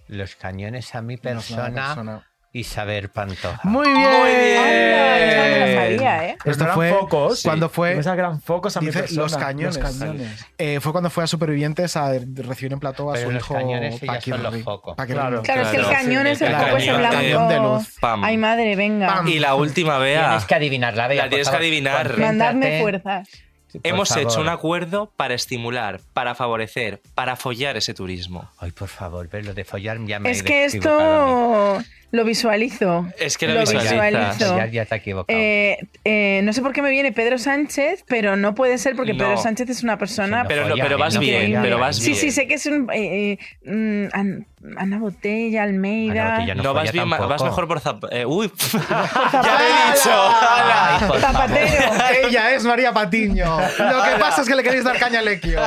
Los cañones a mi No es nada persona, persona. y saber Pantoja. Muy bien. esa no me la sabía, ¿eh? Pero Esto no fue eran focos. cuando fue. Esa gran focos a mi dice, persona. los cañones. Los cañones. Eh, fue cuando fue a Supervivientes a recibir en plató a Pero su los hijo cañones ya Paquirri. son los focos. Paquirri. Claro. Claro, es que el Claro, cañón sí, es el el foco ese cañón, blanco. cañón de luz. Pam. Ay, madre, venga. Y la última, Bea. Tienes que adivinarla, Bea. La por tienes que favor. adivinar. Concéntrate. Mandadme fuerzas. Por Hemos favor. hecho un acuerdo para estimular, para favorecer, para follar ese turismo. Ay, por favor, pero lo de follar ya me Es he que equivocado a mí. esto lo visualizo. Es que lo visualizas. visualizo. Ya, ya te he equivocado. Eh, eh, no sé por qué me viene Pedro Sánchez, pero no puede ser porque No. Pedro Sánchez es una persona. Pero, no, follar, pero vas no bien, follar. pero vas sí, bien. sí, sé que es un. eh, eh, mm, An- Ana Botella, Almeida. Ah, no, que ya No, no vas folla bien, ma- vas tampoco. mejor por zap... eh, uy, <laughs> ya lo he dicho. Ay, ¡Hala! por favor. Zapatero. <laughs> Ella es María Patiño. Lo que pasa es que le queréis dar caña al Equio.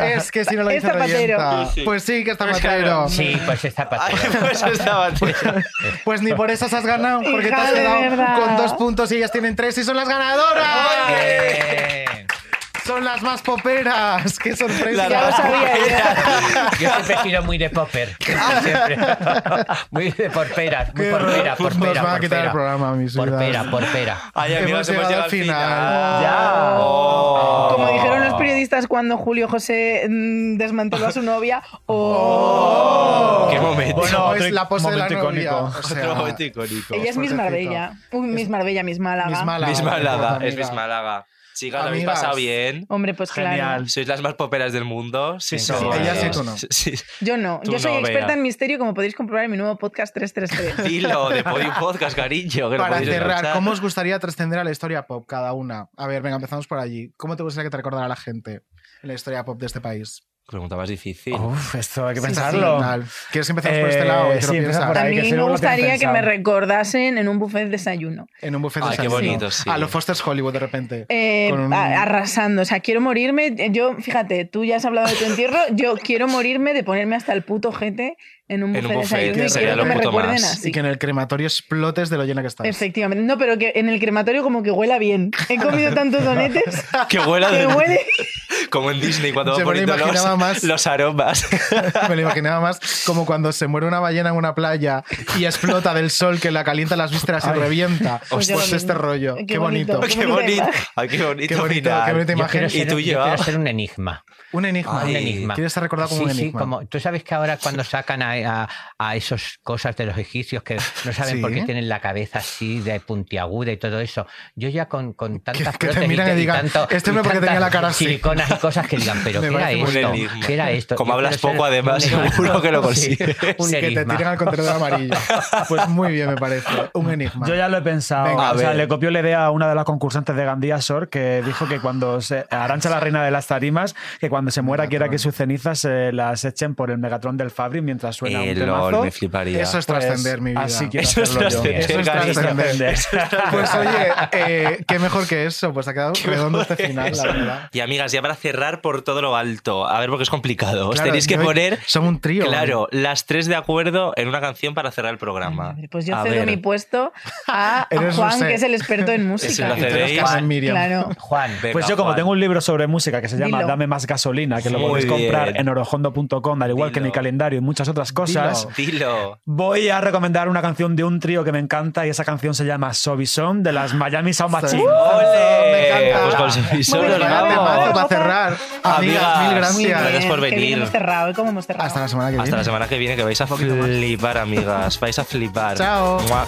Es que si no lo Es dice zapatero. revienta. Sí, sí. Pues sí, que es Pues zapatero. claro. Sí, pues está <laughs> Ay, patera. pues estaba tío. Pues ni por esas has ganado, porque te Hija has de quedado verdad. con dos puntos y ellas tienen tres y son las ganadoras. Bien. Son las más poperas. ¡Qué sorpresa! Ya lo sabía. ya. Yo siempre he sido muy de popper. <laughs> Siempre. Muy de porperas. Muy Qué porpera, horror. Nos porpera. van a quitar el porpera. programa, mis Porpera, vidas. porpera. Ay, amigos, hemos, llegado al final. Ya. Oh. Como dijeron los periodistas cuando Julio José mm, desmanteló a su novia. Oh. Qué momento. Bueno, Otro es la pose de la momento novia. icónico. O sea, Otro momento icónico. Ella es Miss fuertecito. Marbella. Uy, Miss Marbella, Miss Málaga. Miss Málaga. Miss Málaga, es amiga. Miss Málaga. Chicas, ¿lo habéis Amigas. pasado bien? Hombre, pues claro. Genial. ¿Sois las más poperas del mundo? Sí, Sí, sois. sí, ella sí, tú no. Sí. Yo no. Tú Yo soy no, experta Bea. en misterio, como podéis comprobar en mi nuevo podcast <laughs> 333. Dilo de <laughs> Podium Podcast, cariño. que lo Para podéis cerrar, escuchar. ¿cómo os gustaría trascender a la historia pop cada una? A ver, venga, empezamos por allí. ¿Cómo te gustaría que te recordara la gente en la historia pop de este país? Pregunta más difícil. Oh. Uf, esto hay que Pues Sí, pensarlo. tal. ¿Quieres que empecemos por este Eh, lado? y te lo sí, empieza piensas? por ahí. También que me seguro lo gustaría tienes que me pensado. recordasen en un buffet de desayuno. En un buffet de Ay, qué desayuno. bonito, sí. A los Foster's Hollywood de repente. Eh, Con un- a- Arrasando. O sea, quiero morirme. Yo, fíjate, tú ya has hablado de tu entierro. Yo quiero morirme de ponerme hasta el puto jete en un En buffet un de buffet, desayuno. Y que sería quiero lo que me puto recuerden más. y así. que en el crematorio explotes de lo llena que estás. Efectivamente. No, pero que en el crematorio como que huela bien. He comido tantos donetes Que huela que de... huele. Como en Disney, cuando Yo van me lo poniendo imaginaba los, más. los aromas. <laughs> <laughs> Me lo imaginaba más como cuando se muere una ballena en una playa y explota del sol que la calienta las vísceras y revienta. Pues Pues, yo lo este mismo. rollo. Qué, Qué bonito. bonito. <laughs> qué bonito. <laughs> Ay, qué bonito. Qué bonito, final. qué bonita Yo imagen. quiero Y ser, tú, yo Joao. quiero ser un enigma. Un enigma. Ay. Un enigma. Quieres ser recordado como Sí, un sí, enigma. como- tú sabes que ahora cuando sacan a, a, a esas cosas de los egipcios que no saben Sí. por qué tienen la cabeza así de puntiaguda y todo eso. Yo ya con, con tantas que te prótesis miran y y digan, tanto- "Este hombre y porque tenía la tantas cara así". siliconas y cosas que digan, pero <laughs> Me ¿qué era, parece un esto? enigma. ¿qué era esto? Como Yo hablas quiero ser poco, además, un enigma. <laughs> seguro que lo Sí, consigues. un que te enigma. tiran al <laughs> contenedor amarillo. Pues muy bien, me parece. Un enigma. Yo ya lo he pensado. Venga, o sea, a ver. le copió la idea a una de las concursantes de Gandía Sor que dijo que cuando se Arancha la reina de las tarimas, que cuando se muera quiera que sus cenizas eh, las echen por el Megatron del Fabri mientras suena Eh, un lol, temazo. me fliparía. Eso es Pues, trascender, mi vida. Así quiero Eso es hacerlo yo. trascender, Eso es cariño. trascender. Eso es Pues oye, eh, qué mejor que eso. Pues ha quedado redondo este final, la verdad. Y amigas, ya para cerrar por todo lo alto, a ver porque es complicado, os Claro, tenéis que yo- poner, Son un trío. ¿eh? claro, las tres de acuerdo en una canción para cerrar el programa. Madre, Pues yo A cedo ver. mi puesto a a <laughs> Eres Juan, Rosé. que es el experto <laughs> en Eso lo música. Y te cedéis. los casas, Miriam. Claro. Juan, Venga, Pues yo, como Juan. tengo un libro sobre música que se llama Dilo. Dame más gasolina, que lo Muy podéis comprar bien. en orojondo.com, al igual que mi Dilo. calendario y muchas otras cosas. Dilo. Dilo. Voy a recomendar una canción de un trío que me encanta y esa canción se llama Sobison de las Miami Sound Machine. Me ¡Ole! encanta. este Pues con su Muy visor bien, nos temazo vamos. para cerrar. Amigas, amigas, mil gracias. Gracias por Qué bien venir. hemos cerrado, ¿eh? ¿Cómo hemos cerrado? Hasta la semana que Hasta viene. la semana que viene, que vais a flipar, amigas. Vais a flipar. Chao. Mua.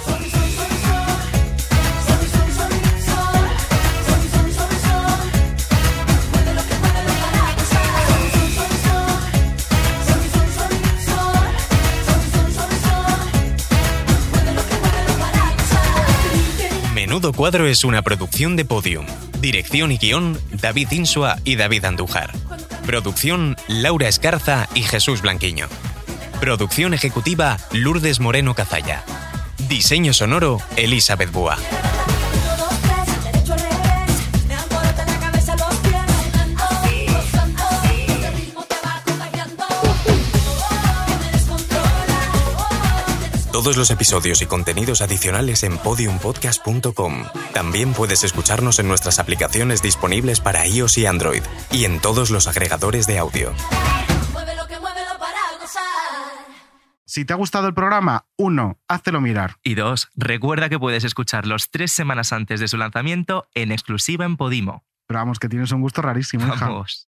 Menudo Cuadro es una producción de Podium. Dirección y guión, David Insua y David Andújar. Producción, Laura Escarza y Jesús Blanquiño. Producción ejecutiva, Lourdes Moreno Cazalla. Diseño sonoro, Elizabeth Búa. Todos los episodios y contenidos adicionales en podiumpodcast.com. También puedes escucharnos en nuestras aplicaciones disponibles para iOS y Android y en todos los agregadores de audio. Si te ha gustado el programa, uno, háztelo mirar. Y dos, recuerda que puedes escucharlos tres semanas antes de su lanzamiento en exclusiva en Podimo. Pero vamos, que tienes un gusto rarísimo, hija. Vamos.